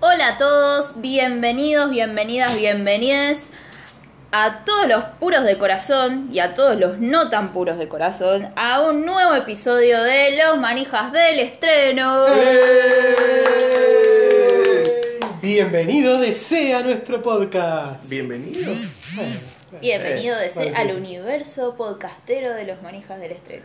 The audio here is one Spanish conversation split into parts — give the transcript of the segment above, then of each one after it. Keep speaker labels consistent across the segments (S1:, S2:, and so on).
S1: Hola a todos, bienvenidos, bienvenidas, bienvenides. A todos los puros de corazón y a todos los no tan puros de corazón, a un nuevo episodio de Los Manijas del Estreno.
S2: Eh.
S3: Bienvenido de C a nuestro podcast.
S2: Bienvenido.
S1: Bienvenido
S3: Eh,
S1: de ser
S3: parece.
S1: al universo podcastero de Los Manijas del Estreno.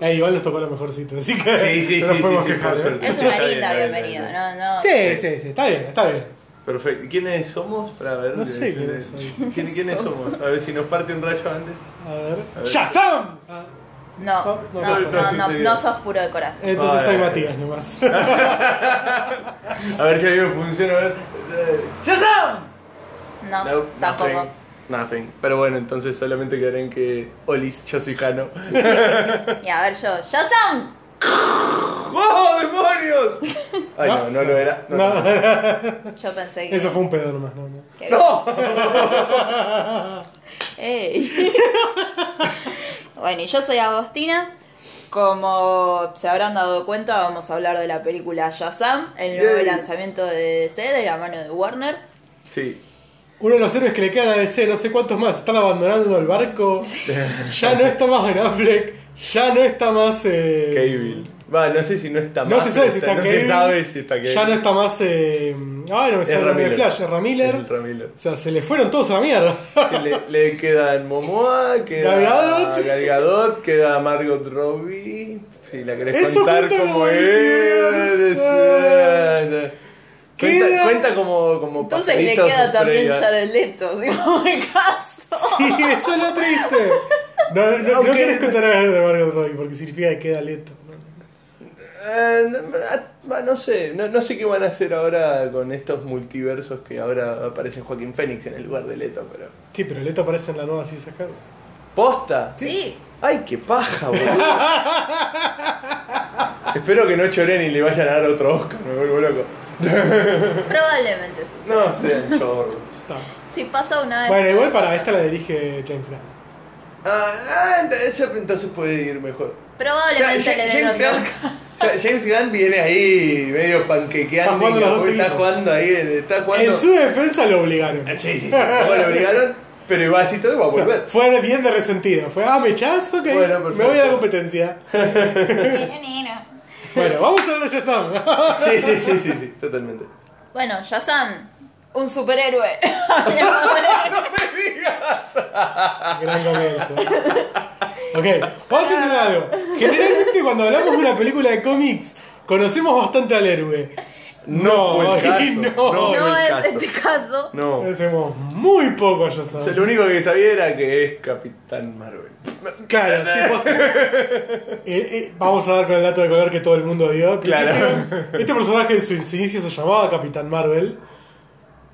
S3: Eh, igual nos tocó la mejorcita, así que
S2: Sí, sí,
S3: no nos
S2: sí,
S3: podemos
S2: sí, sí,
S3: quejar.
S2: por
S3: ¿eh?
S2: suerte.
S1: Es una
S2: Está bien,
S1: linda
S2: está bien,
S1: bienvenida,
S2: está
S1: no, no.
S3: Sí, sí, sí, está bien, está bien.
S2: Perfecto. ¿Quiénes somos? Para ver.
S3: No sé
S2: eh,
S3: quiénes
S2: ¿quién-
S3: son.
S2: ¿Quiénes, somos? A ver si nos parte un rayo antes.
S3: A ver.
S2: A ver.
S3: ¡Shazam! Ah,
S1: No,
S3: No,
S1: no,
S3: no,
S1: no,
S2: no,
S1: no,
S2: sí,
S1: no,
S2: sí.
S1: no sos puro de corazón.
S3: Entonces
S2: Ah,
S3: soy
S2: eh.
S3: Matías nomás.
S2: A ver si a mí me funciona. A ver. ¡Shazam!
S1: No, tampoco.
S2: Nothing. Nothing. Pero bueno, entonces solamente quedará en que. Olis, yo soy Jano.
S1: Y a ver yo, ¡Shazam!
S2: ¡Oh, demonios! Ay, no, no, lo era. No.
S3: No,
S1: Yo pensé que...
S3: Eso fue un pedo nomás, no, no.
S1: que-
S2: ¡No!
S1: ¡Ey! bueno, y yo soy Agostina. Como se habrán dado cuenta, vamos a hablar de la película Shazam, el nuevo
S2: Yay.
S1: lanzamiento de DC de la mano de Warner.
S2: Sí.
S3: Uno de los héroes que le quedan a DC, no sé cuántos más, están abandonando el barco. Ya no está más Ben Affleck, ya no está más. Eh,
S2: Cable. Va, no sé si no está
S3: No
S2: más,
S3: se sabe
S2: pero
S3: si está
S2: No
S3: Cable.
S2: se sabe si está
S3: Ya no está más. Eh, ay, no me sale el nombre de Flash, Ezra Miller.
S2: Ezra Miller.
S3: O sea, se le fueron todos a la mierda.
S2: Que le, le quedan Momoa, queda
S3: Gal Gadot.
S2: Gal Gadot, queda Margot Robbie. Si la querés
S3: Eso
S2: contar
S3: justo
S2: como
S3: iba a
S2: es.
S3: decir,
S2: eh,
S3: Queda-
S2: Cuenta, cuenta como, como
S1: Entonces le
S2: pajaritos
S1: queda también
S2: previa.
S1: Jared Leto, si como el caso.
S3: Sí, eso es lo triste. No, no, no
S2: Aunque-
S3: quieres contar algo de Margot Robbie porque significa que queda lento.
S2: Eh, no- no sé, no, no sé qué van a hacer ahora con estos multiversos que ahora aparece Joaquín Fénix en el lugar de Leto, pero.
S3: Sí, pero Leto aparece en la nueva Suicide Squad.
S2: ¿Posta?
S1: Sí.
S2: ¡Ay, qué paja, boludo! Espero que no choren y le vayan a dar otro Oscar, me vuelvo loco.
S1: Probablemente suceda.
S2: No sean chorros.
S3: Está.
S1: Si Ah, pasa una vez.
S3: Bueno, igual para esta la dirige James Gunn.
S2: Ah, ah, entonces- entonces puede ir mejor.
S1: Probablemente
S2: Ya- ya-
S1: le den
S2: James
S1: otro.
S2: Gunn- ya- James Gunn viene ahí medio panquequeando.
S3: Está jugando
S2: y
S3: los dos
S2: capaz está
S3: seguidos.
S2: jugando ahí, está jugando. Ah,
S3: En su defensa lo obligaron.
S2: Sí, sí, sí. Como lo obligaron, pero igual así todo va a
S3: O sea,
S2: volver.
S3: fue bien de resentido. Fue, ah, me echas, ok.
S2: Bueno, perfecto.
S3: me voy a la competencia. Bueno, vamos a ver a Shazam.
S2: Sí, sí, sí, sí, sí, totalmente.
S1: Bueno, Shazam, un superhéroe.
S3: Gran comienzo. Ok, vamos a entender algo. Generalmente cuando hablamos de una película de cómics, conocemos bastante al héroe.
S2: No fue
S3: no.
S2: el caso, no.
S1: no
S2: buen
S1: es
S2: caso.
S1: este caso.
S2: No.
S3: Conocemos muy poco a Shazam.
S2: O sea, lo único que sabía era que es Capitán Marvel.
S3: Claro, sí, posta. Eh, eh, vamos a dar con el dato de color que todo el mundo dio. que
S2: Claro.
S3: Este, este personaje en sus inicios se llamaba Capitán Marvel.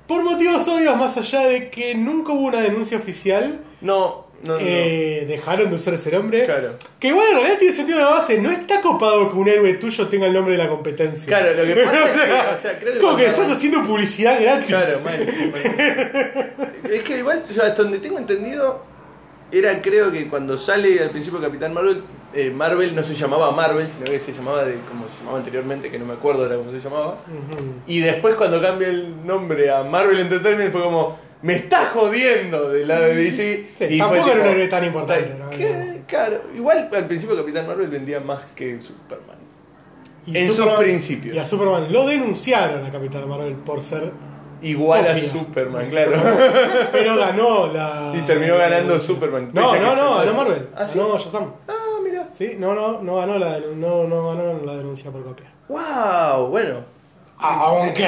S3: Por motivos obvios, más allá de que nunca hubo una denuncia oficial,
S2: No, no, no.
S3: eh, dejaron de usar ese nombre.
S2: Claro.
S3: Que igual en realidad tiene sentido de la base, no está copado que un héroe tuyo tenga el nombre de la competencia.
S2: Claro, lo que pasa es que, o sea, creo que
S3: Como que
S2: mandaron-
S3: estás haciendo publicidad gratis.
S2: Claro, mal, mal. Es que igual, o sea, hasta donde tengo entendido, era creo que cuando sale al principio Capitán Marvel, eh, Marvel no se llamaba Marvel, sino que se llamaba de como se llamaba anteriormente, que no me acuerdo era como se llamaba.
S3: Ujú.
S2: Y después cuando cambia el nombre a Marvel Entertainment fue como, me está jodiendo del lado de DC.
S3: Sí,
S2: y
S3: tampoco
S2: fue
S3: era un
S2: tipo,
S3: héroe tan importante, ¿no?
S2: ¿qué? Claro, igual al principio Capitán Marvel vendía más que Superman.
S3: Y
S2: En sus
S3: Superman-
S2: principios.
S3: Y a Superman lo denunciaron a Capitán Marvel por ser.
S2: Igual a
S3: Copia.
S2: Superman,
S3: Es
S2: claro.
S3: Pero ganó la.
S2: Y terminó ganando Superman.
S3: No,
S2: Pese a
S3: no,
S2: que
S3: no,
S2: se-
S3: ganó Marvel.
S2: Ah, ¿sí?
S3: No, Shazam.
S2: Ah, mira.
S3: Sí, no, no, no ganó la, denun- no, no ganó la denuncia por copia.
S2: Wow, bueno.
S3: Aunque.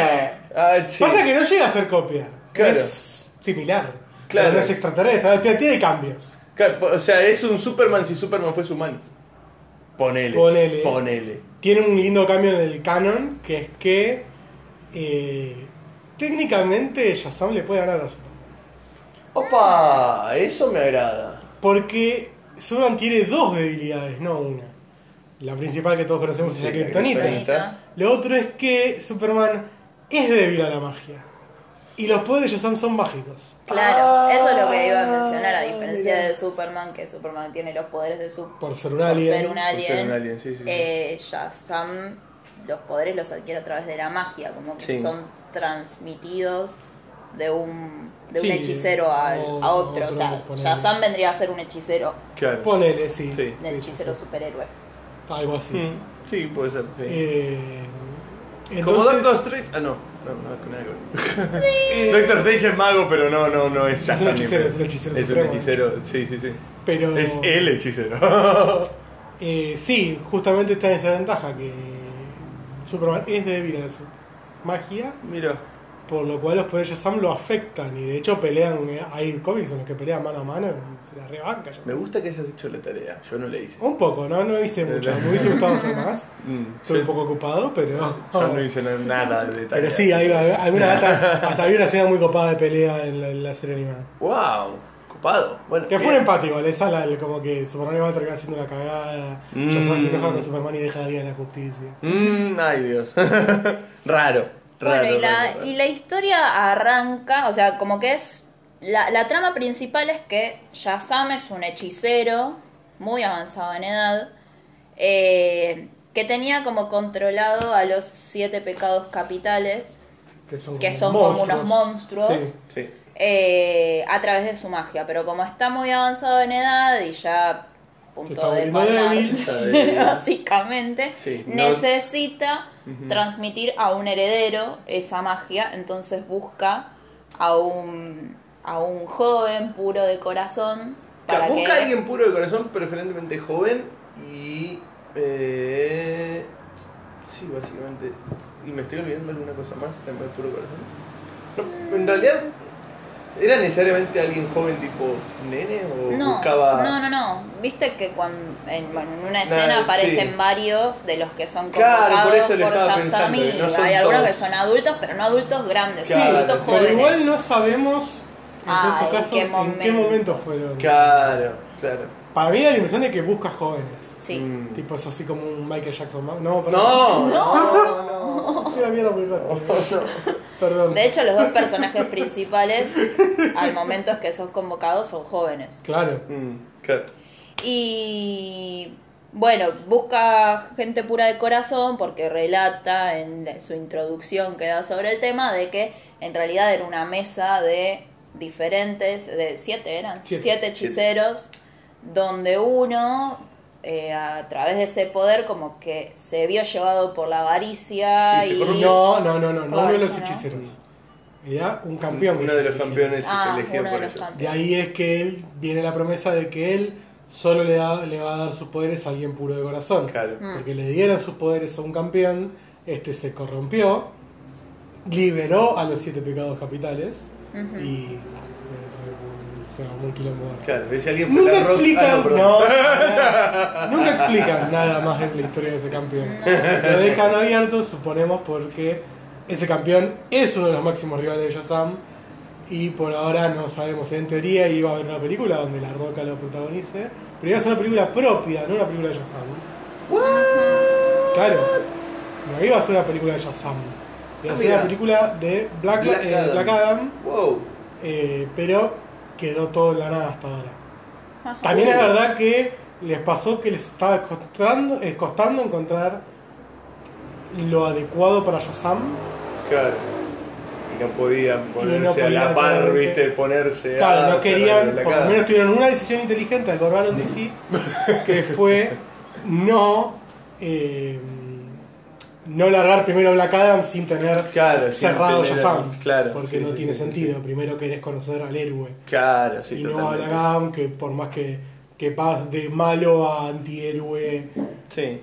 S2: Ah, sí.
S3: Pasa que no llega a ser copia.
S2: Claro.
S3: Es similar.
S2: Claro.
S3: Pero no es extraterrestre, tiene- tiene cambios.
S2: Claro, po- O sea, es un Superman si Superman fuese humano. Ponele.
S3: Ponele.
S2: Ponele.
S3: Tiene un lindo cambio en el canon, que es que eh, técnicamente Shazam le puede ganar a Superman.
S2: Opa, eso me agrada.
S3: Porque Superman tiene dos debilidades, no una. La principal que todos conocemos es
S2: Sí,
S3: la
S2: la
S3: Kryptonita.
S2: kriptonita.
S3: Lo otro es que Superman es débil a la magia. Y los poderes de Shazam son mágicos.
S1: Claro, eso es lo que iba a mencionar, a
S2: Ah,
S1: diferencia
S2: mira.
S1: de Superman, que Superman tiene los poderes de su
S3: Por ser un
S1: por
S3: alien.
S1: ser un alien.
S2: Por ser un alien, sí, sí, sí.
S1: Eh, Shazam los poderes los adquiere a través de la magia, como que
S2: Sí.
S1: son transmitidos de un, de
S3: Sí,
S1: un hechicero al-
S3: o-
S1: a otro.
S3: otro,
S1: O sea,
S3: ponele.
S1: Shazam vendría a ser un hechicero,
S2: Claro.
S3: Ponele, sí.
S2: Sí.
S1: un hechicero superhéroe.
S3: Algo así.
S2: Mm, Sí, puede ser. sí.
S3: Eh,
S2: Como
S3: entonces,
S2: Doctor Strange. Ah, no. No, no, con algo.
S3: eh,
S2: Doctor Strange es mago, pero no, no, no es
S3: un
S2: Shazam.
S3: hechicero, es un hechicero Oh.
S2: Es un
S3: supremo.
S2: hechicero, sí, sí, sí.
S3: pero
S2: Es el hechicero.
S3: eh, sí, justamente está en esa ventaja que Superman es débil en su magia,
S2: Mira.
S3: por lo cual los poderes de Shazam lo afectan y de hecho pelean, eh, hay cómics en los que pelean mano a mano y se la rebanca. Shazam.
S2: Me gusta que hayas hecho la tarea. Yo no la hice.
S3: Un poco, no, no hice mucho, me hubiese gustado hacer más,
S2: Mm,
S3: estoy un
S2: yo-
S3: poco ocupado, pero...
S2: Yo no hice na- nada de tarea.
S3: Pero sí, hay alguna hasta, hasta había una escena muy copada de pelea en la, en la serie animada.
S2: ¡Wow! Copado. Bueno,
S3: Que fue un
S2: bien.
S3: empate igual, esa la, el- como que Superman va a terminar haciendo una cagada,
S2: Mm.
S3: ya sabes, se enoja con Superman y deja la vida en la justicia.
S2: Mm, ay, Dios. raro. Raro.
S1: bueno, y la,
S2: raro, raro.
S1: y la historia arranca, o sea, como que es. La, la trama principal es que Shazam es un hechicero muy avanzado en edad eh, que tenía como controlado a los siete pecados capitales
S3: Que son,
S1: Que
S3: como,
S1: son como unos monstruos.
S3: Sí.
S2: Sí.
S1: eh, a través de su magia, pero como está muy avanzado en edad y ya a
S3: Se está
S1: punto de
S3: volviendo
S1: palmar,
S3: débil.
S2: Está débil.
S1: básicamente,
S2: Sí, no-
S1: necesita transmitir a un heredero esa magia, entonces busca a un, a un joven puro de corazón para
S2: Busca
S1: que...
S2: a alguien puro de corazón, preferentemente joven y. Eh, sí, básicamente. Y me estoy olvidando de alguna cosa más, además de puro corazón. No,
S1: Mm.
S2: en realidad, ¿era necesariamente alguien joven tipo nene o
S1: No,
S2: buscaba.?
S1: no, no, no. Viste que cuando en, bueno, en una
S2: Nada,
S1: escena aparecen
S2: sí.
S1: varios de los que son
S2: Claro, por
S1: convocados
S2: eso le
S1: por
S2: estaba
S1: Shazam
S2: pensando,
S1: y
S2: que no son
S1: hay algunos que
S2: todos.
S1: son adultos, pero no adultos grandes,
S3: Sí,
S1: son
S2: Claro,
S1: adultos
S3: pero
S1: jóvenes.
S3: igual no sabemos en todos
S1: Ah,
S3: esos
S1: ¿en
S3: casos
S1: qué
S3: en qué
S1: momento?
S3: momento fueron.
S2: Claro, claro.
S3: Para mí da la impresión de que busca jóvenes.
S1: Sí.
S2: Mm.
S3: Tipo, es así como un Michael Jackson. No, no.
S2: No, no, no.
S3: Fui a la mierda muy rápido. Perdón.
S1: De hecho, los dos personajes principales, al momento es que son convocados, son jóvenes.
S3: Claro.
S2: Mm, claro.
S1: Y bueno, busca gente pura de corazón porque relata en su introducción que da sobre el tema de que en realidad era una mesa de diferentes, de siete eran,
S3: Siete.
S1: siete, hechiceros, donde uno eh, a través de ese poder como que se vio llevado por la avaricia
S2: Sí, se
S1: y...
S2: corrompió.
S3: No, no, no, no, no uno de los
S1: Clarkson, ¿no?
S3: hechiceros. Era un campeón. pues, que
S2: Uno de
S3: se
S2: los
S3: eligió.
S2: campeones
S1: Ah,
S2: elegido
S1: uno de
S2: por
S1: los
S2: ellos.
S1: campeones.
S3: De ahí es que él viene la promesa de que él solo le, da- le va a dar sus poderes a alguien puro de corazón.
S2: Claro.
S1: Mm.
S3: Porque le dieron sus poderes a un campeón, este se corrompió, liberó a los siete pecados capitales
S1: Ujú.
S3: y eh, se- se armó un quilombo.
S2: Claro, si alguien fue
S3: Nunca
S2: la roca- ah,
S3: explican,
S2: no, perdón.
S3: no, nada. nunca explican nada más de la historia de ese campeón. Lo dejan abierto, suponemos, porque ese campeón es uno de los máximos rivales de Shazam y por ahora no sabemos. En teoría iba a haber una película donde La Roca lo protagonice, pero iba a ser una película propia, no una película de Shazam. Claro, no iba a ser una película de Shazam. Iba a
S2: Ah,
S3: ser una
S2: mira.
S3: película de Black,
S2: Black
S3: eh,
S2: Adam.
S3: Black Adam
S2: Wow.
S3: eh, pero quedó todo en la nada hasta ahora.
S1: Ajá.
S3: También es verdad que les pasó que les estaba costando, eh, costando encontrar lo adecuado para Shazam.
S2: Claro. Y no podían ponerse a
S3: podían,
S2: la par,
S3: claramente.
S2: viste, ponerse a.
S3: claro, no
S2: hacer
S3: querían,
S2: ah, la
S3: por lo
S2: cara.
S3: menos tuvieron una decisión inteligente, acordaron de sí, que fue no, eh, no largar primero Black Adam sin tener
S2: Claro, sin
S3: cerrado
S2: tener-
S3: Shazam.
S2: claro,
S3: porque
S2: sí,
S3: no
S2: sí,
S3: tiene
S2: sí, sí,
S3: sentido.
S2: sí.
S3: Primero querés conocer al héroe.
S2: Claro, sí,
S3: y no a
S2: totalmente.
S3: Black Adam, que por más que, que vas de malo a antihéroe.
S2: Sí.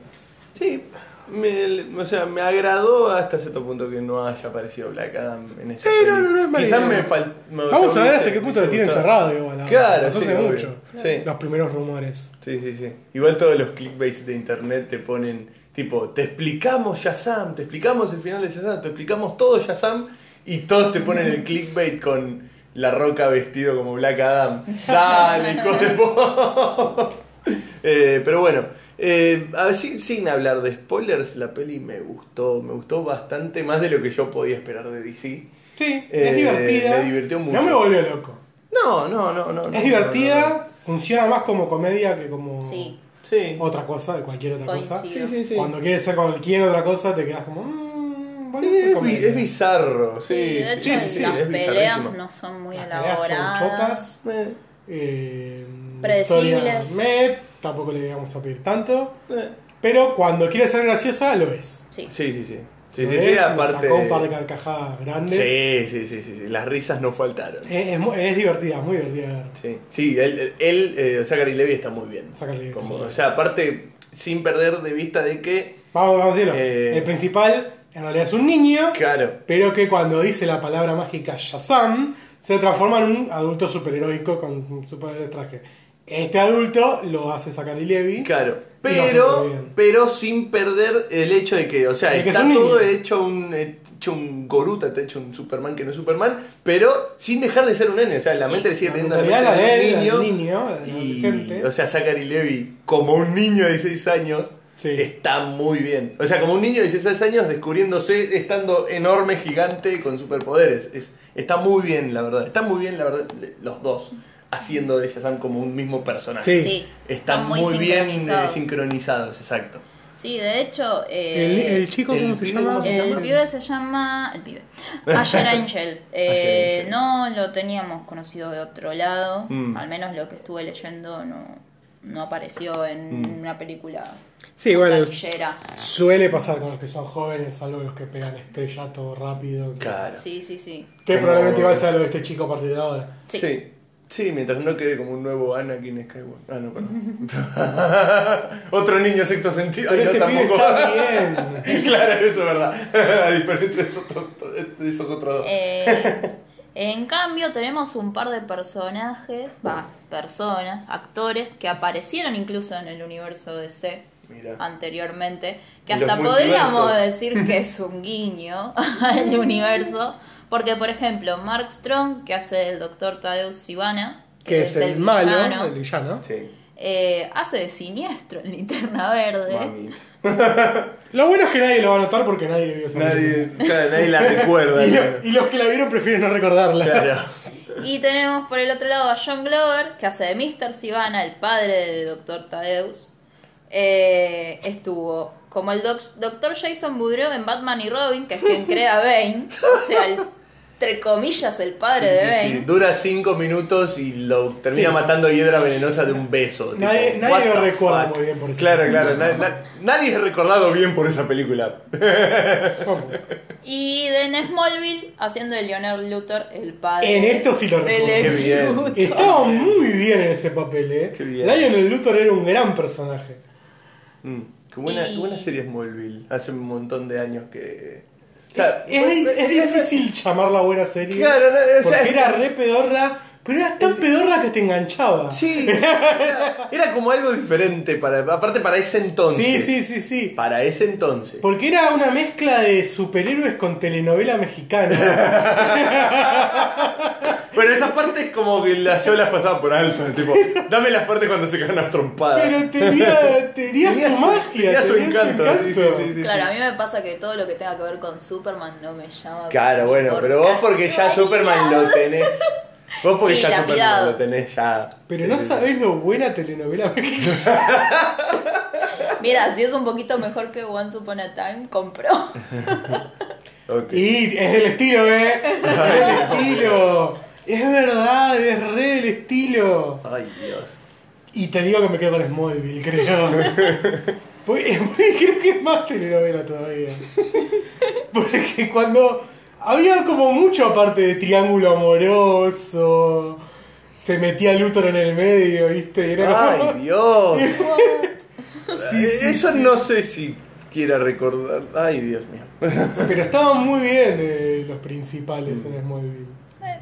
S2: Sí. Me, o sea, me agradó hasta cierto punto que no haya aparecido Black Adam en esta
S3: Sí,
S2: peli.
S3: no, no, no es mala
S2: Quizás
S3: idea.
S2: me faltó.
S3: Vamos a ver hasta qué punto lo tienen cerrado igual. ahora.
S2: Claro,
S3: Pasó
S2: sí,
S3: hace
S2: obvio.
S3: mucho.
S2: Sí.
S3: Los primeros rumores.
S2: Sí, sí, sí. Igual todos los clickbaits de internet te ponen, tipo, te explicamos Shazam, te explicamos el final de Shazam, te explicamos todo Shazam, y todos te ponen el clickbait con la roca vestido como Black Adam. Dale, hijo de po- Eh, pero bueno, eh, así, sin hablar de spoilers, la peli me gustó, me gustó bastante, más de lo que yo podía esperar de DC.
S3: Sí, es
S2: Eh,
S3: divertida.
S2: me divirtió mucho.
S3: No me volvió loco.
S2: No, no, no, no. no,
S3: Es
S2: no, no,
S3: divertida,
S2: no.
S3: funciona más como comedia que como.
S1: Sí.
S2: Sí.
S3: otra cosa, de cualquier otra cosa.
S1: Coincido.
S2: Sí, sí, sí.
S3: Cuando quieres ser cualquier otra cosa, te quedas como. Mmm,
S2: Sí, es, bi- es bizarro, sí.
S1: de hecho,
S2: sí, sí, sí,
S1: las
S2: es
S1: peleas
S2: bizarrísimo.
S1: no son muy
S3: Las peleas son
S1: elaboradas.
S3: chotas.
S2: Eh,
S3: eh,
S1: Predecibles.
S3: historia meh, tampoco le íbamos a pedir tanto.
S2: eh.
S3: Pero cuando quiere ser graciosa, lo es.
S1: Sí.
S2: Sí, sí, sí. Sí,
S3: Lo
S2: sí,
S3: es,
S2: sí,
S3: me
S2: aparte.
S3: Sacó un par de carcajadas grandes.
S2: Sí, sí, sí, sí, sí, Las risas no faltaron.
S3: Es, es mu- es divertida, muy divertida de ver.
S2: Sí, sí, él, él eh, Zachary Levy está muy bien.
S3: Zachary
S2: Como-
S3: Levi, sí.
S2: O sea, aparte, sin perder de vista de que,
S3: Vamos, vamos a decirlo.
S2: Eh.
S3: El principal en realidad es un niño,
S2: claro,
S3: pero que cuando dice la palabra mágica Shazam, se transforma en un adulto superheroico con super traje. Este adulto lo hace Zachary Levy.
S2: claro.
S3: Y lo hace muy
S2: Pero,
S3: bien.
S2: pero sin perder el hecho de que, o sea,
S3: De que
S2: está
S3: es un niño.
S2: todo hecho un, hecho un Goruta, está hecho un Superman que no es Superman, pero sin dejar de ser un nene. O sea, la
S1: Sí.
S2: mente le sigue
S3: La
S2: teniendo la
S3: mentalidad la
S2: mente
S3: de
S2: de
S3: él,
S2: un
S3: la del
S2: niño.
S3: niño, la del
S2: Y,
S3: adolescente.
S2: o sea, Zachary Levy, como un niño de 16 años,
S3: Sí.
S2: está muy bien. O sea, como un niño de 16 años descubriéndose, estando enorme, gigante, con superpoderes. Es, está muy bien, la verdad. Está muy bien, la verdad, le- los dos. Haciendo de Shazam como un mismo personaje.
S3: Sí.
S1: Sí,
S2: Están muy, bien eh,
S1: sincronizados.
S2: sincronizados. exacto.
S1: Sí, de hecho,
S3: el,
S1: eh,
S3: el chico,
S2: el
S3: ¿cómo se
S2: pibe,
S3: llama?
S2: ¿cómo se
S1: el
S2: llama?
S1: pibe se llama. El pibe. Asher Angel. Eh,
S2: Asher Angel.
S1: No lo teníamos conocido de otro lado.
S2: Mm.
S1: Al menos lo que estuve leyendo no, no apareció en
S2: Mm.
S1: una película.
S3: Sí, bueno,
S1: taquillera.
S3: suele pasar con los que son jóvenes, salvo los que pegan estrellato rápido.
S2: Claro.
S1: Sí, sí, sí.
S3: Que
S2: Como-
S3: probablemente va a ser lo de este chico a partir de ahora.
S1: Sí.
S2: Sí. sí. mientras no quede como un nuevo Anakin Skywalker. Ah, no, perdón. Otro niño sexto sentido.
S3: Pero
S2: Ay, no,
S3: este pibe
S2: tampoco.
S3: está bien.
S2: claro, eso es verdad. A diferencia de esos otros, de esos otros dos.
S1: Eh, en cambio, tenemos un par de personajes, va, personas, actores que aparecieron incluso en el universo DC
S2: Mira.
S1: ah, anteriormente, que
S2: Los
S1: hasta podríamos
S2: multiversos.
S1: decir que es un guiño al universo, porque por ejemplo, Mark Strong, que hace el doctor Tadeusz Sivana,
S3: Que es, el, malo,
S1: villano,
S3: el villano.
S2: Sí.
S1: eh, hace de siniestro en Linterna Verde.
S2: Mami.
S3: Lo bueno es que nadie lo va a notar porque nadie vio esa película.
S2: Nadie, claro, nadie la recuerda.
S3: Y,
S2: claro.
S3: lo- y los que la vieron prefieren no recordarla.
S2: Claro.
S1: Y tenemos por el otro lado a John Glover, que hace de Mr. Sivana, el padre de Dr. Tadeus. Eh, estuvo como el doc- Dr. Jason Boudreau en Batman y Robin, que es quien crea a Bane. O sea, el- entre comillas, el padre
S2: Sí,
S1: de
S2: sí, sí.
S1: Bane.
S2: Dura cinco minutos y lo termina
S3: Sí.
S2: matando hiedra venenosa de un beso. tipo,
S3: Nadie- nadie
S2: what
S3: lo
S2: the
S3: recuerda
S2: fuck.
S3: muy bien por eso.
S2: Claro, claro. na- na- nadie es recordado bien por esa película.
S3: ¿Cómo?
S1: Y de Smallville, haciendo de Leonard Luthor, el padre.
S3: En esto sí lo
S1: del
S3: recuerdo.
S1: ex
S2: Qué bien.
S1: Luthor.
S3: Estaba muy bien en ese papel, eh.
S2: Qué bien.
S3: Lionel Luthor era un gran personaje.
S2: Mm, Qué buena,
S1: Y-
S2: qué buena serie Smallville. Hace un montón de años que. O sea,
S3: Es, es difícil llamarla buena serie.
S2: eh, Claro, no, eh, o sea,
S3: porque
S2: es- Eh,
S3: era re pedorra, pero era tan pedorra que te enganchaba.
S2: Sí, era, era como algo diferente, para, aparte para ese entonces.
S3: sí, sí, sí, sí.
S2: Para ese entonces.
S3: Porque era una mezcla de superhéroes con telenovela mexicana.
S2: Bueno, esas partes como que las, yo las pasaba por alto, tipo, dame las partes cuando se caen las trompadas.
S3: pero tenía, tenía su magia.
S2: Tenía su encanto, sí, sí, sí, sí, sí.
S1: Claro, a mí me pasa que todo lo que tenga que ver con Superman no me llama.
S2: Claro, bueno,
S1: por
S2: pero vos porque ya
S1: casualidad.
S2: Superman lo tenés. Vos porque
S1: Sí,
S2: ya Superman
S1: lapidado.
S2: lo tenés ya.
S3: Pero
S2: Sí,
S3: no
S2: sí, sí.
S3: sabés lo buena telenovela mexicana.
S1: Mira, si es un poquito mejor que Once Upon a Time, compró.
S2: Ok.
S3: Y es del estilo, ¿eh? Es del estilo. Es verdad, es re del estilo.
S2: Ay, Dios.
S3: Y te digo que me quedo con Smallville, creo. Porque, porque creo que es más telenovela todavía. Porque cuando había como mucho aparte de triángulo amoroso, se metía Luthor en el medio, ¿viste? Era como-
S2: Ay, Dios.
S3: Sí, sí,
S2: Eso no sé si quiera recordar. Ay, Dios mío.
S3: Pero estaban muy bien eh, los principales en Smallville.
S1: Eh.
S3: Era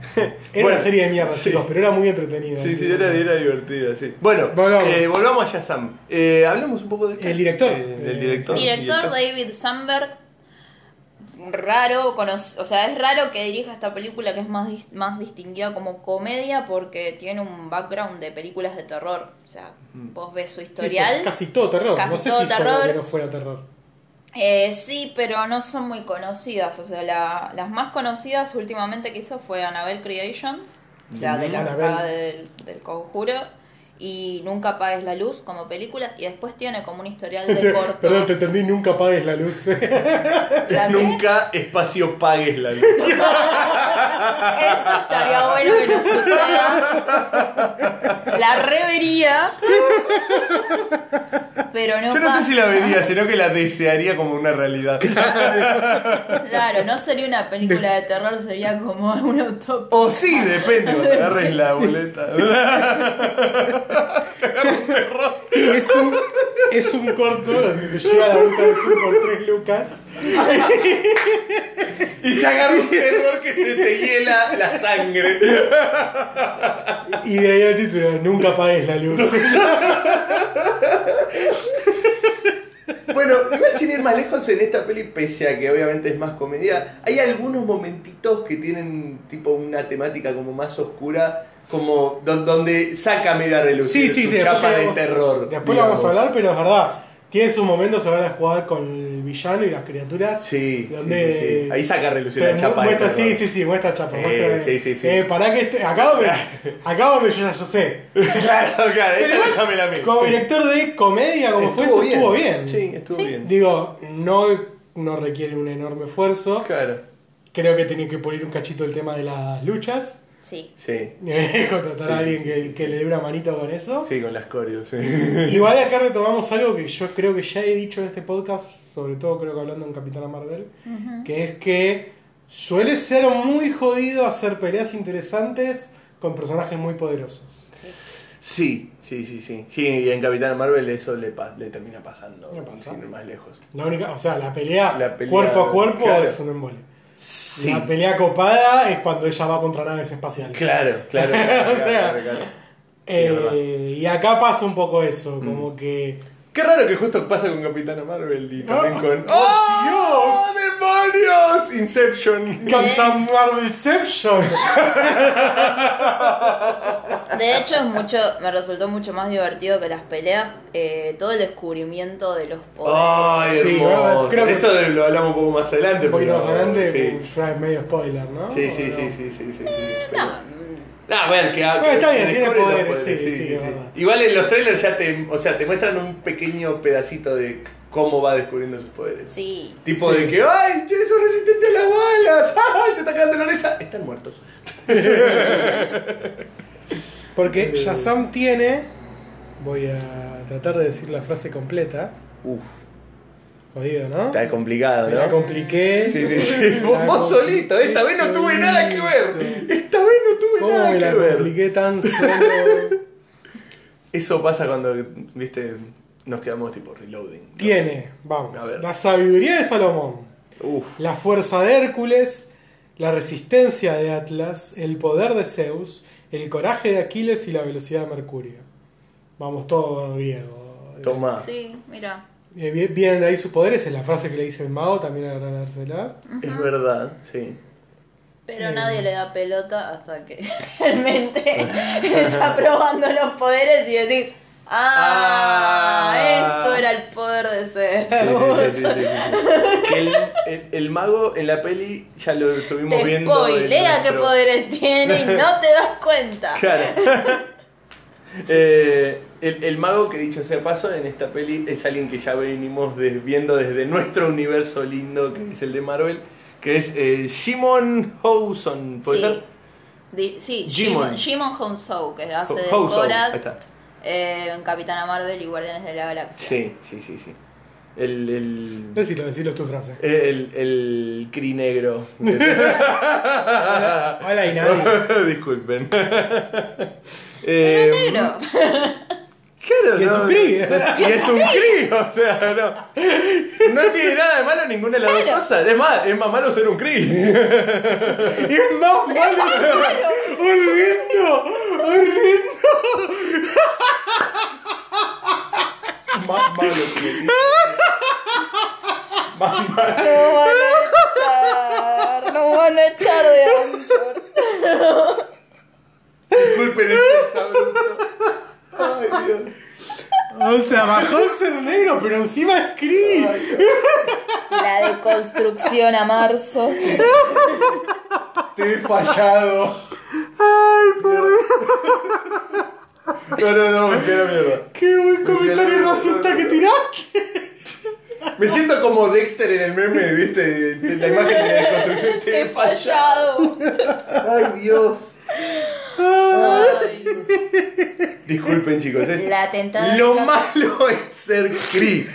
S2: Bueno,
S3: una serie de mierda,
S2: sí.
S3: chicos, pero era muy entretenida.
S2: Sí, sí, era, era divertida, sí. Bueno,
S3: Volvamos.
S2: eh, volvamos a Shazam. Eh, hablamos un poco de
S3: El director.
S2: Eh, del director.
S1: Director David Sandberg. Raro, conoc- o sea, es raro que dirija esta película que es más, dis- más distinguida como comedia porque tiene un background de películas de terror. O sea, vos ves su
S3: Sí, hizo
S1: historial.
S3: Casi todo terror.
S1: Casi
S3: no sé
S1: todo
S3: si hizo algo
S1: terror.
S3: que no fuera terror.
S1: Eh, sí, pero no son muy conocidas. O sea, la- las más conocidas últimamente que hizo fue Annabelle Creation, o sea, de la
S3: Annabelle.
S1: saga del, del conjuro. y Nunca apagues la luz como películas y después tiene como un historial de corto.
S3: Perdón, te entendí, nunca apagues la luz.
S1: también.
S2: Nunca espacio pagues la luz.
S1: Eso estaría bueno que nos suceda. La revería. Pero no
S2: Yo no sé
S1: pasa.
S2: si la vería, sino que la desearía como una realidad.
S1: Claro, no sería una película de terror, sería como una utopía.
S2: O sí, depende, cuando agarres la boleta.
S3: es, un, es un corto donde te llega la vuelta del sur por tres lucas.
S2: Y te agarra un terror que se te hiela la sangre.
S3: Y de ahí el título, nunca apagues la luz.
S2: Bueno, igual sin ir más lejos en esta peli, pese a que obviamente es más comedia, hay algunos momentitos que tienen tipo una temática como más oscura, como do- donde saca media relucir su chapa
S3: después
S2: de
S3: vamos-
S2: terror.
S3: Después lo
S2: digamos.
S3: vamos a hablar, pero es verdad. Tiene sus momentos a la hora de jugar con el villano y las criaturas.
S2: Sí,
S3: donde
S2: sí, sí, sí. Ahí saca a relucir
S3: se
S2: la chapa de
S3: muestra,
S2: terror.
S3: Sí, sí, sí, muestra chapa.
S2: Sí,
S3: muestra-
S2: sí, sí, sí.
S3: Eh, pará que este, acábame, acábame, yo ya yo sé.
S2: Claro, claro, esta déjamela a mí.
S3: Como director de comedia, como fue esto, estuvo bien.
S2: Sí, estuvo
S1: Sí.
S2: bien.
S3: Digo, no, no requiere un enorme esfuerzo.
S2: Claro.
S3: Creo que tenía que poner un cachito el tema de las luchas. eh,
S1: Sí.
S2: Sí.
S3: Contratar
S2: Sí,
S3: a alguien
S2: sí,
S3: que, que le dé una manita con eso.
S2: Sí, con las coreos, sí.
S3: Igual acá retomamos algo que yo creo que ya he dicho en este podcast, sobre todo creo que hablando en Capitana Marvel, que es que suele ser muy jodido hacer peleas interesantes con personajes muy poderosos.
S2: Sí, sí, sí, sí. Sí, y en Capitán Marvel eso le, pa- le termina pasando.
S3: Le pasa.
S2: Sin ir más lejos.
S3: La única, o sea, la pelea,
S2: La pelea-
S3: cuerpo a cuerpo
S2: claro.
S3: es un embole.
S2: Sí.
S3: La pelea copada es cuando ella va contra naves espaciales.
S2: Claro, claro. claro,
S3: O sea,
S2: claro, claro.
S3: Eh,
S2: Sí, es verdad. Mm.
S3: y acá pasa un poco eso, como que
S2: Qué raro que justo pasa con Capitana Marvel y también
S3: Ah,
S2: con.
S3: ¡Oh,
S2: ¡Oh, demonios! Inception.
S3: Captain Marvelception.
S1: De hecho, es mucho, me resultó mucho más divertido que las peleas, eh, todo el descubrimiento de los
S2: Oh.
S1: poderes.
S2: ¡Ay,
S3: Sí,
S2: hermoso!
S3: creo que-
S2: Eso de- lo hablamos un poco más adelante.
S3: un poquito
S2: pero-
S3: más adelante,
S2: Sí.
S3: ya es medio spoiler, ¿no?
S2: Sí, sí,
S3: ¿O
S2: sí,
S3: no?
S2: sí, sí, sí, sí.
S1: No,
S2: pero-
S1: mm,
S2: No, a ver, que,
S3: Ah,
S2: que-
S3: está bien,
S2: que
S3: tiene
S2: descubren los
S3: poderes, sí, sí, es verdad.
S2: Igual en los trailers ya te, o sea, te muestran un pequeño pedacito de cómo va descubriendo sus poderes.
S1: sí.
S2: Tipo
S3: Sí.
S2: de que, ay, che, son resistentes a las balas, ay, se está cagando la risa. Están muertos.
S3: Porque Shazam tiene. Voy a tratar de decir la frase completa.
S2: Uf,
S3: Jodido, ¿no?
S2: complicado,
S3: Me la compliqué.
S2: Sí, sí, sí. Vos,
S3: La
S2: vos solito, esta vez no tuve nada que ver.
S3: solito.
S2: Esta vez no tuve
S3: ¿Cómo
S2: nada
S3: me la
S2: que ver.
S3: compliqué tan solo?
S2: Eso pasa cuando, viste, nos quedamos tipo reloading. ¿no?
S3: tiene, vamos,
S2: A ver.
S3: la sabiduría de Salomón,
S2: Uf.
S3: la fuerza de Hércules, la resistencia de Atlas, el poder de Zeus, el coraje de Aquiles y la velocidad de Mercurio. Vamos, todo griego.
S2: Toma.
S1: Sí, mira.
S3: Eh, vi- vienen de ahí sus poderes, es la frase que le dice el mago, también agradárselas.
S2: Es verdad, sí.
S1: Pero
S2: Mm.
S3: Eh.
S1: nadie le da pelota hasta que realmente está probando los poderes y decís, ah,
S2: Ah.
S1: esto era el poder de ser.
S2: Sí, sí, sí, sí, sí, sí. Que el, el- el mago en la peli ya lo estuvimos
S1: Te
S2: viendo. en
S1: spoilea qué
S2: nuestro-
S1: poderes tiene y no te das cuenta.
S2: Claro. Eh, el, el mago que dicho sea paso en esta peli es alguien que ya venimos des- viendo desde nuestro universo lindo que es el de Marvel, que es eh, Shimon Houson, ¿puede
S1: Sí.
S2: ser?
S1: Di- sí, Jimon,
S2: Jimon.
S1: Jimon Hounsou, que hace de
S2: Houson, ahí
S1: Korra
S2: está.
S1: eh, en Capitana Marvel y Guardianes de la Galaxia.
S2: Sí, sí, sí, sí. El, el,
S3: Decilo, decilo es tu frase.
S2: el, el cri negro. Ah.
S3: Hola y nadie.
S2: Disculpen.
S1: Pero
S2: Eh,
S1: negro.
S2: Claro,
S3: Que es
S2: no,
S3: un cri.
S2: no, Y es un cri, o sea, no. No tiene nada de malo ninguna de las dos
S1: Claro.
S2: cosas. Es más, es más malo ser un cri. Y es más malo ser
S3: ¡Horrendo! ¡Horrendo!
S2: Más malo que el cri. Más malo.
S1: No van a echar, no van a echar de ancho.
S2: Disculpen el desabrupto. Ay, Dios.
S3: O sea, bajó ser negro, pero encima es Cree.
S1: La deconstrucción a marzo.
S2: Te he fallado.
S3: Ay, por Dios.
S2: No, no, no, me queda mierda.
S3: ¡Qué buen
S2: Me
S3: comentario racista que tiraste!
S2: Me siento como Dexter en el meme, ¿viste? De La imagen de la desconstrucción.
S1: Te he fallado.
S2: Ay, Dios.
S1: Ay.
S2: Disculpen, chicos. es-
S1: La tentada
S2: Lo
S1: de escape.
S2: malo es ser Cree.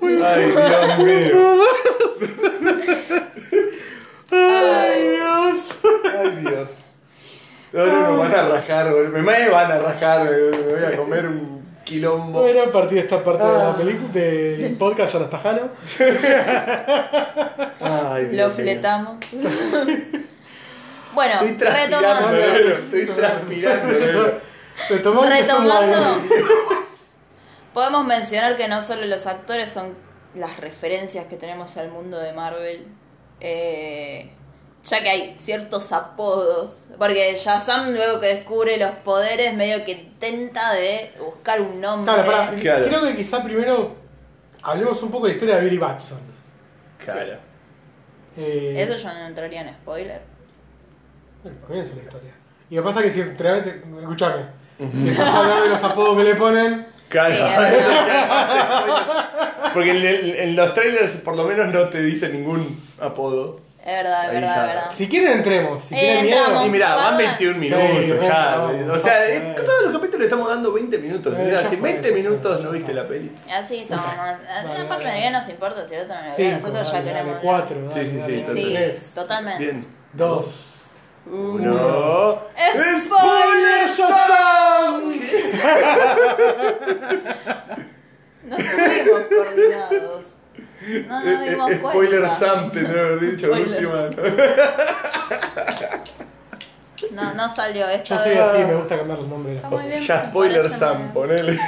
S2: Ay, Dios mío.
S3: ¡Ay, Dios!
S2: Ay, Dios. No, no, me van a rajar, boludo. Me me van a rajar, boludo. Me voy a comer un quilombo.
S3: Bueno, a partir de esta parte de
S2: Ah.
S3: la película, del podcast, ya no está Jano.
S2: Ay,
S1: Lo
S2: Dios mío.
S1: fletamos. bueno,
S2: Estoy transpirando,
S1: retomando.
S2: boludo. Estoy transpirando, boludo.
S3: Retomando.
S1: Retomando, podemos mencionar que no solo los actores son las referencias que tenemos al mundo de Marvel, eh, ya que hay ciertos apodos, porque Shazam luego que descubre los poderes medio que intenta de buscar un nombre.
S3: Claro, pará,
S2: Claro.
S3: Creo que quizá primero hablemos un poco de la historia de Billy Batson.
S2: Claro.
S3: Eh,
S1: Eso yo no entraría en spoiler.
S3: El comienzo de la historia. Y lo que pasa es que si entre escúchame, si estás hablando de los apodos que le ponen,
S2: Claro.
S1: Sí, es
S2: Porque en, el- en los trailers por lo menos no te dice ningún apodo.
S1: Es verdad, es
S2: Ahí
S1: verdad,
S2: ya.
S1: es verdad.
S3: si quieren entremos, si
S1: Eh,
S3: quieren
S1: entramos.
S3: miedo,
S2: Y mirá, van 21 minutos
S3: Sí,
S2: ya.
S3: bueno,
S2: o sea,
S3: bueno.
S2: eh, todos los capítulos le estamos dando 20 minutos.
S3: Eh,
S2: O sea,
S3: ya
S2: si
S3: fue,
S2: 20
S3: ya fue,
S2: minutos
S3: ya
S2: no viste
S3: está.
S2: la peli.
S1: Así estamos.
S3: Vale,
S1: Aparte
S3: vale,
S1: de
S3: vale.
S1: que nos importa si el otro no lo ve,
S3: Cinco,
S1: nosotros ya
S3: dale, dale,
S1: queremos.
S3: cuatro,
S2: Sí,
S3: dale,
S2: sí, sí,
S3: dale,
S2: total.
S1: Sí,
S3: tres,
S1: totalmente.
S2: Bien.
S3: dos,
S2: Uno.
S1: Uh. ¡Spoiler
S2: Shazam!
S1: No estuvimos coordinados. No
S3: Eh,
S1: nos dimos cuenta.
S2: Eh, Spoiler Sam, te debe haber dicho la
S1: Spoiler
S2: última.
S1: No, no salió
S3: Yo
S1: esta
S3: soy
S1: vez.
S3: así, me gusta cambiar los nombres de las
S1: Está
S3: cosas.
S1: muy bien,
S2: Ya
S1: me
S2: spoiler
S1: parece
S2: Sam,
S1: muy
S2: ponele.